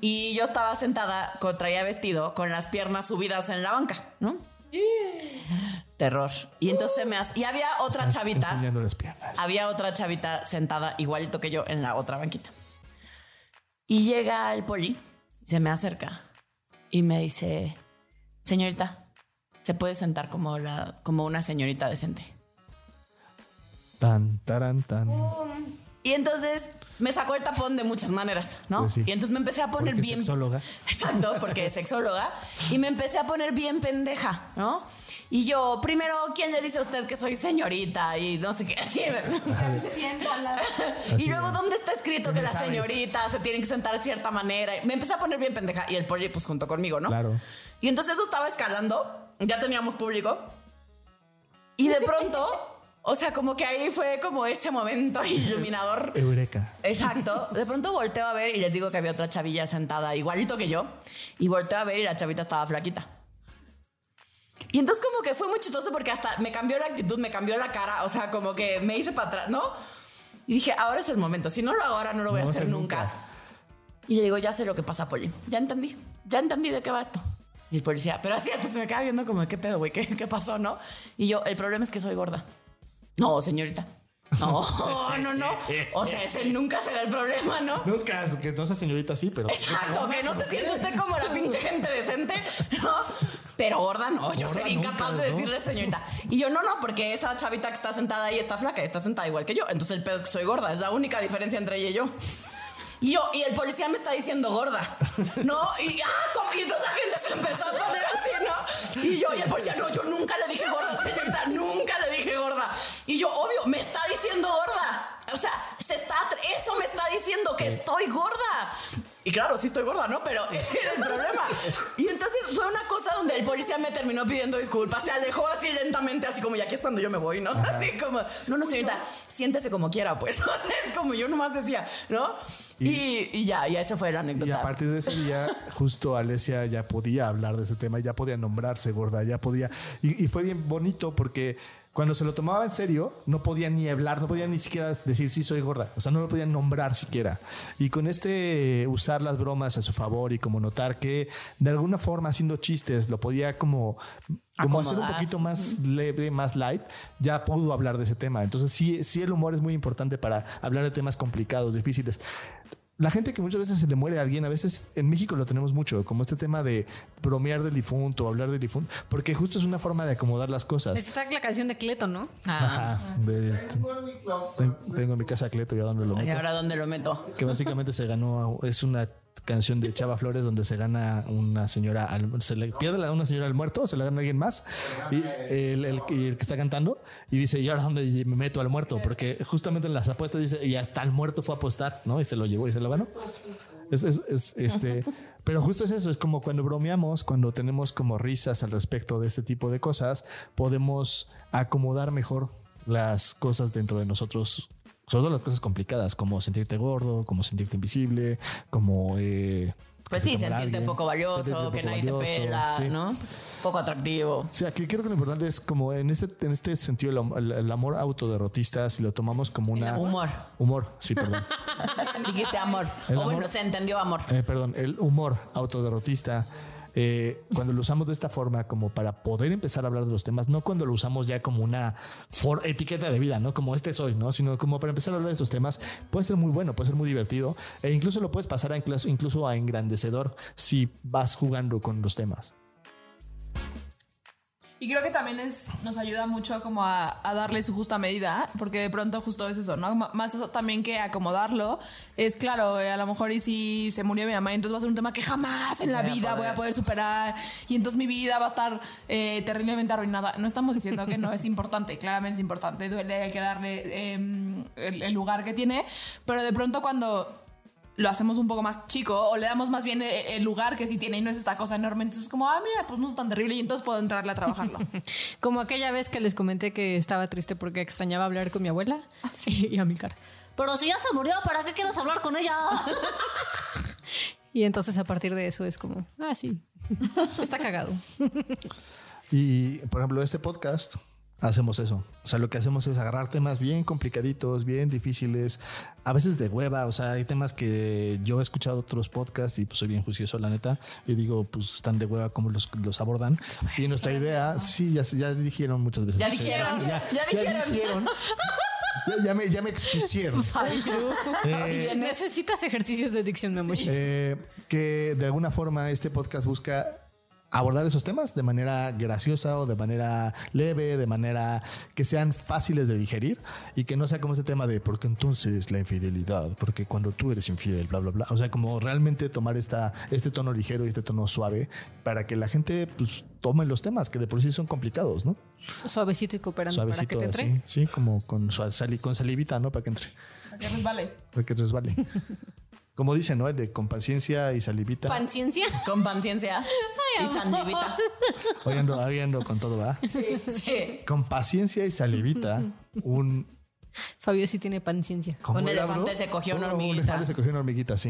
S3: Y yo estaba sentada, con, traía vestido, con las piernas subidas en la banca, ¿no? Terror. Y entonces me hace- Y había otra
S1: Estás
S3: chavita.
S1: Enseñando las piernas.
S3: Había otra chavita sentada igualito que yo en la otra banquita. Y llega el poli, se me acerca y me dice, señorita, se puede sentar como, la, como una señorita decente.
S1: Tan, taran, tan.
S3: Uh, Y entonces me sacó el tapón de muchas maneras, ¿no?
S1: Pues sí.
S3: Y entonces me empecé a poner
S1: Porque
S3: bien...
S1: sexóloga.
S3: Exacto, porque es sexóloga. Y me empecé a poner bien pendeja, ¿no? Y yo, primero, ¿quién le dice a usted que soy señorita? Y no sé qué. así me-
S2: Se sientan las-
S1: Así
S3: y luego,
S1: es.
S3: ¿dónde está escrito que
S1: Ya
S3: las
S1: sabes.
S3: señoritas se tienen que sentar de cierta manera? Me empecé a poner bien pendeja y el poli, pues, junto conmigo, ¿no?
S1: Claro.
S3: Y entonces eso estaba escalando, ya teníamos público. Y de pronto, o sea, como que ahí fue como ese momento *laughs* iluminador.
S1: Eureka.
S3: Exacto. De pronto volteo a ver y les digo que había otra chavilla sentada igualito que yo. Y volteo a ver y la chavita estaba flaquita. Y entonces como que fue muy chistoso porque hasta me cambió la actitud, me cambió la cara, o sea, como que me hice para atrás, ¿no? Y dije, ahora es el momento, si no lo hago ahora no lo voy
S1: No
S3: a
S1: va a
S3: hacer
S1: ser
S3: nunca.
S1: nunca.
S3: Y le digo, ya sé lo que pasa, Poli, ya entendí, ya entendí de qué va esto. Y el policía, pero así hasta se me queda viendo como, ¿qué pedo, güey? ¿Qué, ¿Qué pasó, no? Y yo, el problema es que soy gorda. No, señorita. No, *laughs* no, no. O sea, ese nunca será el problema, ¿no?
S1: Nunca, que no sea señorita así,
S3: *laughs*
S1: pero.
S3: Exacto, que no se siente usted como la pinche gente decente, ¿no? Pero gorda no, yo
S1: Gorda
S3: sería
S1: nunca,
S3: incapaz de
S1: ¿no?
S3: decirle señorita. Y yo no, no, porque esa chavita que está sentada ahí está flaca, está sentada igual que yo. Entonces el pedo es que soy gorda, es la única diferencia entre ella y yo. Y yo, y el policía me está diciendo gorda, ¿no? Y, ah, ¿cómo? y entonces la gente se empezó a poner así, ¿no? Y yo, y el policía, no, yo nunca le dije gorda, señorita, nunca le dije gorda. Y yo, obvio, me está diciendo gorda. O sea, se está, atre- eso me está diciendo que estoy gorda. Y claro, sí estoy gorda, ¿no? Pero *laughs* ese era el problema. Y entonces fue una cosa donde el policía me terminó pidiendo disculpas. Se alejó así lentamente, así como, y aquí es cuando yo me voy, ¿no? Así como, no, no, señorita, siéntese como quiera, pues. *laughs* O sea, es como yo nomás decía, ¿no? Y, y ya, ya esa fue la anécdota.
S1: Y a partir de ese día, justo Alesia ya podía hablar de ese tema, ya podía nombrarse gorda, ya podía. Y, y fue bien bonito porque cuando se lo tomaba en serio, no podía ni hablar, no podía ni siquiera decir sí soy gorda. O sea, no lo podía nombrar siquiera. Y con este eh, usar las bromas a su favor y como notar que de alguna forma haciendo chistes lo podía como. Como hacer un
S3: Acomodar.
S1: poquito más leve, más light, ya pudo hablar de ese tema. Entonces, sí, sí, el humor es muy importante para hablar de temas complicados, difíciles. La gente que muchas veces se le muere a alguien, a veces en México lo tenemos mucho, como este tema de bromear del difunto, hablar del difunto, porque justo es una forma de acomodar las cosas.
S4: Pues Está la canción de Cleto, ¿no?
S1: Ajá, de- ten- tengo en mi casa a Cleto ya donde lo
S3: ¿Y
S1: meto,
S3: ahora dónde lo meto?
S1: que básicamente se ganó, es una canción de Chava Flores donde se gana una señora, al- se le pierde la de una señora al muerto, se la gana alguien más, y el, el- y el que está cantando, y dice, ¿y ahora dónde me meto al muerto? Porque justamente en las apuestas dice, y hasta el muerto fue a apostar, ¿no? Y se lo llevó y se lo ganó. Es, es- es,
S3: *laughs*
S1: este, pero justo es eso, es como cuando bromeamos, cuando tenemos como risas al respecto de este tipo de cosas, podemos acomodar mejor las cosas dentro de nosotros, sobre todo las cosas complicadas, como sentirte gordo, como sentirte invisible, como... eh,
S3: Pues
S1: que te
S3: sí,
S1: muera
S3: sentirte
S1: alguien,
S3: poco valioso,
S1: sentirte
S3: que
S1: poco
S3: nadie
S1: valioso,
S3: te pela,
S1: sí.
S3: ¿no? Poco atractivo.
S1: *laughs* O sea, que creo que lo importante es como en este, en este sentido el, am- el- el amor autoderrotista, si lo tomamos como una...
S3: Humor.
S1: Humor, sí,
S3: *laughs*
S1: perdón.
S3: Dijiste amor.
S1: El
S3: o bueno,
S1: amor-
S3: se entendió amor.
S1: Eh, perdón, el humor autoderrotista. eh, cuando lo usamos de esta forma, como para poder empezar a hablar de los temas, no cuando lo usamos ya como una for- etiqueta de vida, no como este soy, no, sino como para empezar a hablar de estos temas, puede ser muy bueno, puede ser muy divertido e incluso lo puedes pasar a incluso, incluso a engrandecedor si vas jugando con los temas.
S2: Y creo que también es, nos ayuda mucho como a, a darle su justa medida, porque de pronto justo es eso, ¿no? M- Más eso también que acomodarlo. Es claro, eh, a lo mejor y si se murió mi mamá, entonces va a ser un tema que jamás en la vida voy a poder superar. Y entonces mi vida va a estar eh, terriblemente arruinada. No estamos diciendo que no es importante, *laughs* claramente es importante, duele, hay que darle em, el- el lugar que tiene, pero de pronto cuando lo hacemos un poco más chico o le damos más bien eh, el lugar que sí tiene y no es esta cosa enorme. Entonces es como, ah, mira, pues no es tan terrible y entonces puedo entrarle a trabajarlo.
S4: *laughs* Como aquella vez que les comenté que estaba triste porque extrañaba hablar con mi abuela *laughs* y a mi cara. Ah, Pero si ya se murió, ¿para qué quieres hablar con ella? *laughs* y entonces a partir de eso es como, ah, sí, *laughs* está cagado.
S1: Y, por ejemplo, este podcast hacemos eso. O sea, lo que hacemos es agarrar temas bien complicaditos, bien difíciles, a veces de hueva. O sea, hay temas que yo he escuchado otros podcasts y pues soy bien juicioso, la neta. Y digo, pues están de hueva como los, los abordan. Y nuestra idea, sí, ya, ya dijeron muchas veces.
S3: Ya dijeron, ya dijeron. *laughs*
S1: dijeron. Ya- ya me, ya me expusieron. Eh,
S4: Necesitas ejercicios de dicción, Memo.
S1: eh, que de alguna forma este podcast busca abordar esos temas de manera graciosa o de manera leve, de manera que sean fáciles de digerir y que no sea como ese tema de porque entonces la infidelidad, porque cuando tú eres infiel, bla, bla, bla. O sea, como realmente tomar esta, este tono ligero y este tono suave para que la gente pues, tome los temas que de por sí son complicados, ¿no?
S4: Suavecito y cooperando para que
S1: Suavecito
S4: te entre.
S1: así, sí, como con, su- sali- con salivita, ¿no? Para que entre,
S2: Ya pues vale.
S1: para que
S4: *laughs*
S1: resbale. Como dicen, ¿no? El de con paciencia y salivita.
S4: Panciencia.
S3: Con paciencia
S1: *laughs*
S3: y sandivita.
S1: Hoy ando, hoy ando con todo, ¿verdad?
S3: Sí.
S1: Con paciencia y salivita, un...
S4: Fabio sí tiene paciencia.
S1: ¿cómo
S3: Un
S1: era,
S3: elefante
S1: bro?
S3: se cogió
S1: Un-
S3: una
S1: Un
S3: hormiguita.
S1: elefante se cogió una hormiguita, sí.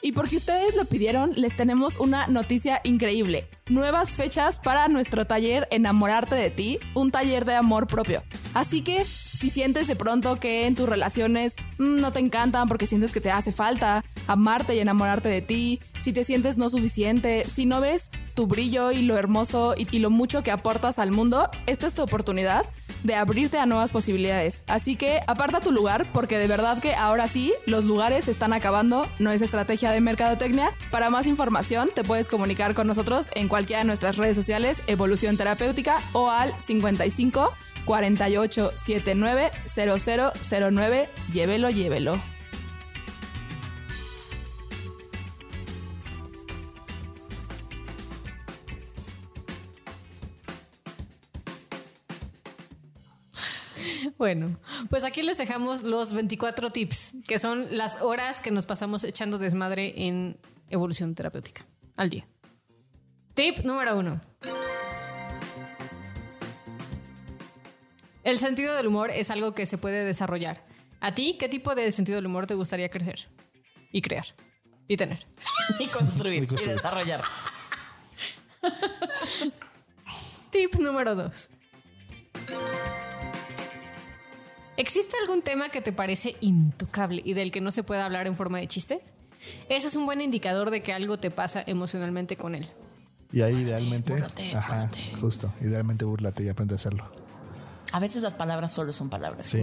S2: Y porque ustedes lo pidieron, les tenemos una noticia increíble. Nuevas fechas para nuestro taller Enamorarte de ti, un taller de amor propio. Así que si sientes de pronto que en tus relaciones mm, no te encantan porque sientes que te hace falta amarte y enamorarte de ti, si te sientes no suficiente, si no ves tu brillo y lo hermoso y, y lo mucho que aportas al mundo, esta es tu oportunidad de abrirte a nuevas posibilidades. Así que aparta tu lugar porque de verdad que ahora sí los lugares se están acabando. No es estrategia de mercadotecnia. Para más información te puedes comunicar con nosotros en cualquiera de nuestras redes sociales Evolución Terapéutica o al 55 48 79 0009. Llévelo, llévelo.
S4: *laughs* Bueno, pues aquí les dejamos los 24 tips, que son las horas que nos pasamos echando desmadre en evolución terapéutica al día. Tip número uno. El sentido del humor es algo que se puede desarrollar. ¿A ti qué tipo de sentido del humor te gustaría crecer y crear y tener?
S3: *laughs* Y construir
S1: Y
S3: y
S1: construir.
S3: desarrollar.
S4: Tip número 2. ¿Existe algún tema que te parece intocable y del que no se pueda hablar en forma de chiste? Eso es un buen indicador de que algo te pasa emocionalmente con él.
S1: Y ahí idealmente.
S3: búrlate,
S1: ajá, justo. Idealmente búrlate y aprende a hacerlo.
S3: A veces las palabras solo son palabras.
S1: Sí.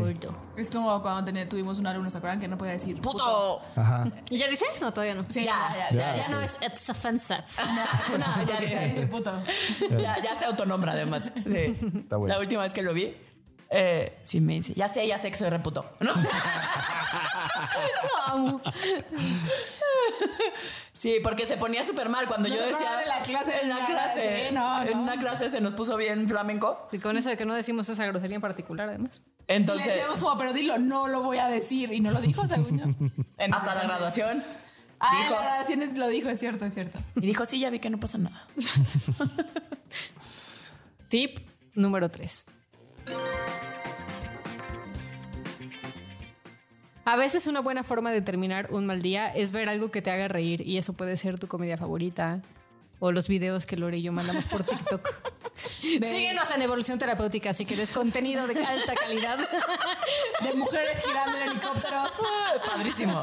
S2: Es como cuando ten- tuvimos un alumno, ¿se acuerdan? Que no podía decir
S3: Puto.
S1: Ajá.
S4: ¿Y ya dice? No, todavía no.
S2: Sí, ya, ya,
S4: Ya no es it's offensive.
S3: *laughs* No, ya,
S2: ya,
S3: ya,
S2: puto.
S3: ya, ya se autonombra además. Sí.
S1: Está bueno.
S3: La última vez que lo vi, eh, sí me dice, ya sé, ya sé que soy reputo.
S1: *laughs*
S3: ¿No?
S4: Lo amo.
S3: Sí, porque se ponía súper mal cuando
S2: No
S3: yo
S2: se
S3: decía.
S2: acuerdan de la clase,
S3: En la
S2: ya,
S3: clase.
S2: sí, no,
S3: En
S2: no.
S3: una clase se nos puso bien flamenco.
S4: Y con eso de que no decimos esa grosería en particular, además.
S2: Y le
S3: Entonces,
S2: decíamos como, pero dilo, no lo voy a decir. Y no lo dijo, según *laughs* yo. En-
S3: hasta la graduación.
S2: Ah, en
S3: dijo.
S2: la graduación es- lo dijo, es cierto, es cierto.
S3: Y dijo, sí, ya vi que no
S1: *laughs*
S3: pasa nada.
S4: Tip número 3. A veces una buena forma de terminar un mal día es ver algo que te haga reír y eso puede ser tu comedia favorita o los videos que Lore y yo mandamos por TikTok. Síguenos en Evolución Terapéutica si quieres contenido de alta calidad.
S2: De mujeres girando en helicópteros.
S3: Padrísimo.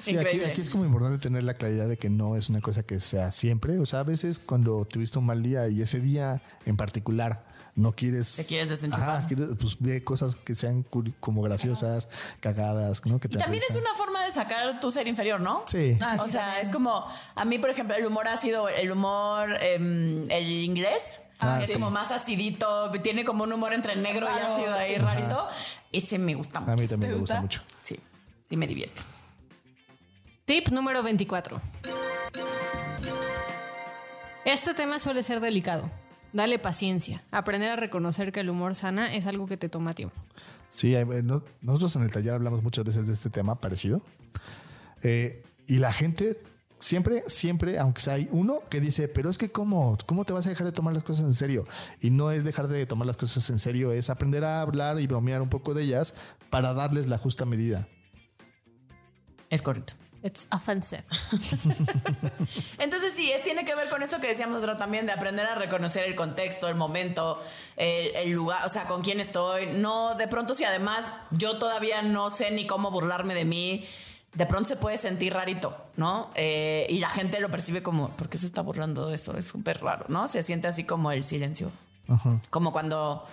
S1: Sí, aquí,
S3: Increíble.
S1: aquí es como importante tener la claridad de que no es una cosa que sea siempre. O sea, a veces cuando tuviste un mal día y ese día en particular no quieres.
S3: Te quieres desenchufar.
S1: Ajá, quieres, pues ve cosas que sean curi- como graciosas, cagadas, ¿no? Que te
S3: Y también es
S1: arriesgan.
S3: una forma de sacar tu ser inferior, ¿no?
S1: Sí.
S2: Ah,
S3: o
S2: sí,
S3: sea,
S2: también.
S3: es como, a mí, por ejemplo, el humor ha sido el humor, em, el inglés,
S1: Ah,
S3: que es
S1: sí.
S3: como más acidito, tiene como un humor entre negro
S2: Raro,
S3: y ácido ahí
S2: sí.
S3: rarito. Ese me gusta
S1: A
S3: mucho.
S1: mí también
S2: ¿Te
S1: me gusta
S2: gusta?
S1: mucho.
S3: Sí, sí me divierte.
S4: Tip número 24. Este tema suele ser delicado. Dale paciencia. Aprender a reconocer que el humor sana es algo que te toma tiempo.
S1: Sí, hay- eh, no- nosotros en el taller hablamos muchas veces de este tema parecido. Eh, y la gente siempre, siempre, aunque sea hay uno que dice, pero es que cómo, cómo te vas a dejar de tomar las cosas en serio. Y no es dejar de tomar las cosas en serio, es aprender a hablar y bromear un poco de ellas para darles la justa medida.
S3: Es correcto.
S4: It's offensive.
S3: Entonces sí, eh, tiene que ver con esto que decíamos nosotros también, de aprender a reconocer el contexto, el momento, el, el lugar, o sea, con quién estoy. No, de pronto si además yo todavía no sé ni cómo burlarme de mí, de pronto se puede sentir rarito, ¿no? Eh, y la gente lo percibe como, ¿por qué se está burlando de eso? Es súper raro, ¿no? Se siente así como el silencio.
S1: Ajá.
S3: Como cuando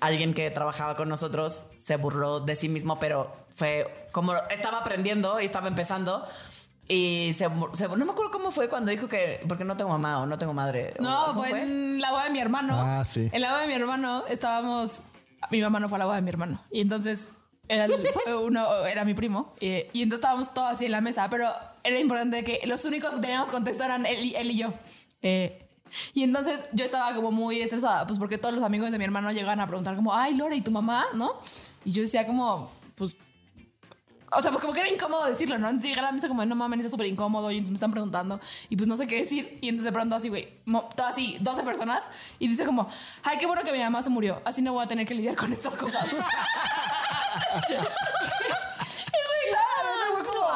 S3: alguien que trabajaba con nosotros se burló de sí mismo, pero fue como estaba aprendiendo y estaba empezando. Y se, bur- se bur- no me acuerdo cómo fue cuando dijo que porque no tengo mamá o no tengo madre. o-
S2: No,
S3: ¿cómo
S2: fue, en la boda de mi hermano.
S1: Ah, sí.
S2: En la boda de mi hermano estábamos. Mi mamá no fue a la boda de mi hermano. Y entonces era, el- fue uno, era mi primo. eh, Y, entonces estábamos todos así en la mesa. Pero era importante que los únicos que teníamos contexto eran él y, él y yo. Eh, y entonces yo estaba como muy estresada, pues porque todos los amigos de mi hermano llegaban a preguntar, como, ay, Lore, ¿y tu mamá? ¿No? Y yo decía, como, pues o sea, pues como que era incómodo decirlo, ¿no? Entonces llegué a la mesa como, no mames, es súper incómodo y entonces me están preguntando y pues no sé qué decir. Y entonces de pronto así, güey, mo- todo así, 12 personas y dice como, ay, qué bueno que mi mamá se murió, así no voy a tener que lidiar con estas cosas. *laughs* y güey, claro, güey, como,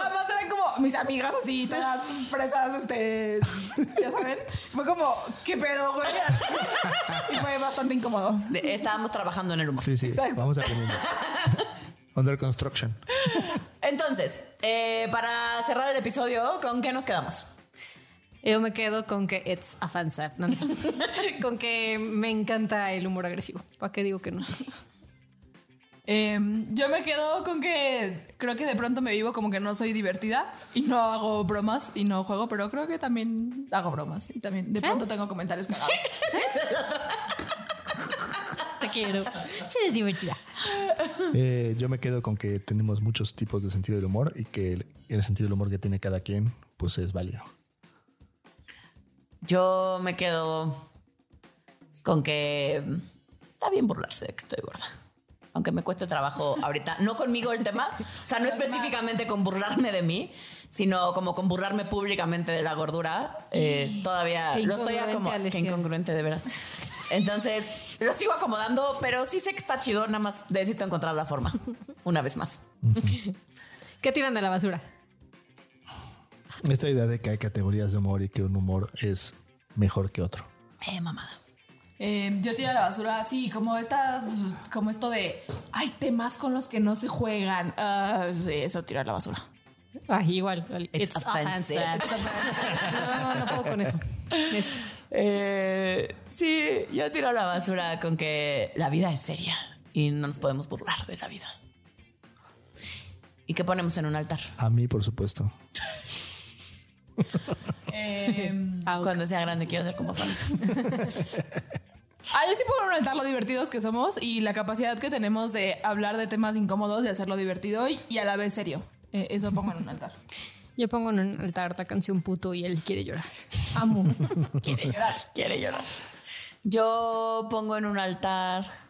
S2: además eran como mis amigas así, todas fresas, este, ya saben. Fue como, qué pedo, güey. *laughs* Así. y fue bastante incómodo.
S3: De- estábamos trabajando en el humor.
S1: Sí, sí.
S2: Exacto.
S1: Vamos aprendiendo. Under construction.
S3: Entonces, eh, para cerrar el episodio, ¿con qué nos quedamos?
S4: Yo me quedo con que it's offensive. No, no es cierto. *laughs* con que me encanta el humor agresivo. ¿Para qué digo que no?
S2: Eh, yo me quedo con que creo que de pronto me vivo como que no soy divertida y no hago bromas y no juego, pero creo que también hago bromas y también de pronto tengo comentarios cagados.
S4: Te quiero. Si eres divertida.
S1: Eh, yo me quedo con que tenemos muchos tipos de sentido del humor y que el, el sentido del humor que tiene cada quien pues es válido.
S3: Yo me quedo con que mm, está bien burlarse de que estoy gorda. Aunque me cueste trabajo ahorita. No conmigo el tema. O sea, no específicamente con burlarme de mí, sino como con burlarme públicamente de la gordura. Eh, todavía
S4: Qué
S3: lo estoy
S4: incongruente,
S3: como
S4: Alessio.
S3: incongruente, de veras. Entonces, lo sigo acomodando, pero sí sé que está chido. Nada más necesito encontrar la forma. Una vez más.
S4: ¿Qué tiran de la basura?
S1: Esta idea de que hay categorías de humor y que un humor es mejor que otro.
S3: Eh, mamada.
S2: Eh, yo tiro a la basura así, como estas, como esto de hay temas con los que no se juegan. Ah, sí, eso tiro a la basura.
S4: Ah, igual. el
S3: It's
S4: It's,
S3: offensive.
S4: offensive. No, no puedo con eso. Eso.
S3: Eh, sí, yo tiro a la basura con que la vida es seria y no nos podemos burlar de la vida. ¿Y qué ponemos en un altar?
S1: A mí, por supuesto.
S2: Eh,
S4: Ah, ok.
S3: Cuando sea grande quiero ser como fan.
S2: Ah, yo sí puedo notar lo divertidos que somos y la capacidad que tenemos de hablar de temas incómodos y hacerlo divertido y, y a la vez serio. Eh, eso pongo en un altar.
S4: Yo pongo en un altar la canción puto y él quiere llorar. Amo.
S3: *laughs* Quiere llorar, quiere llorar. Yo pongo en un altar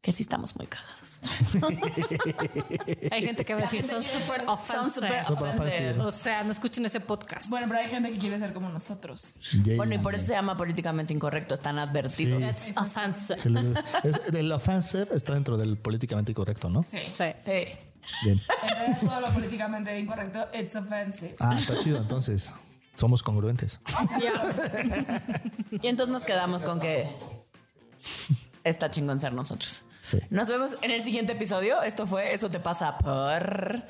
S3: que sí estamos muy cagados.
S4: Hay gente que va a decir, son súper
S3: Son súper
S4: offensive.
S1: Súper
S3: offensive.
S1: offensive.
S4: O sea, no escuchen ese podcast.
S2: Bueno, pero hay gente que quiere ser como nosotros.
S1: Yay.
S3: Bueno, y por eso se llama políticamente incorrecto, están
S1: Sí.
S3: advertidos.
S4: It's
S3: *laughs*
S4: offensive.
S1: Sí, les- es- el offensive está dentro del políticamente correcto, ¿no?
S2: Sí.
S4: Sí.
S3: Eh,
S1: Bien.
S2: Entonces, todo lo políticamente incorrecto, it's offensive.
S1: Ah, está chido. Entonces, somos congruentes.
S3: Y entonces nos quedamos con que está chingón ser nosotros.
S1: Sí.
S3: Nos vemos en el siguiente episodio. Esto fue Eso te pasa por...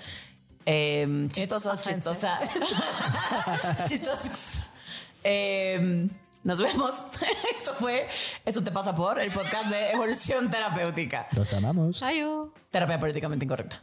S3: em, chistoso,
S4: offensive.
S3: chistosa. *laughs* Chistosos. Em, nos vemos. *laughs* Esto fue Eso te pasa por el podcast de Evolución Terapéutica.
S1: Los amamos.
S4: Ay, oh.
S3: Terapia políticamente incorrecta.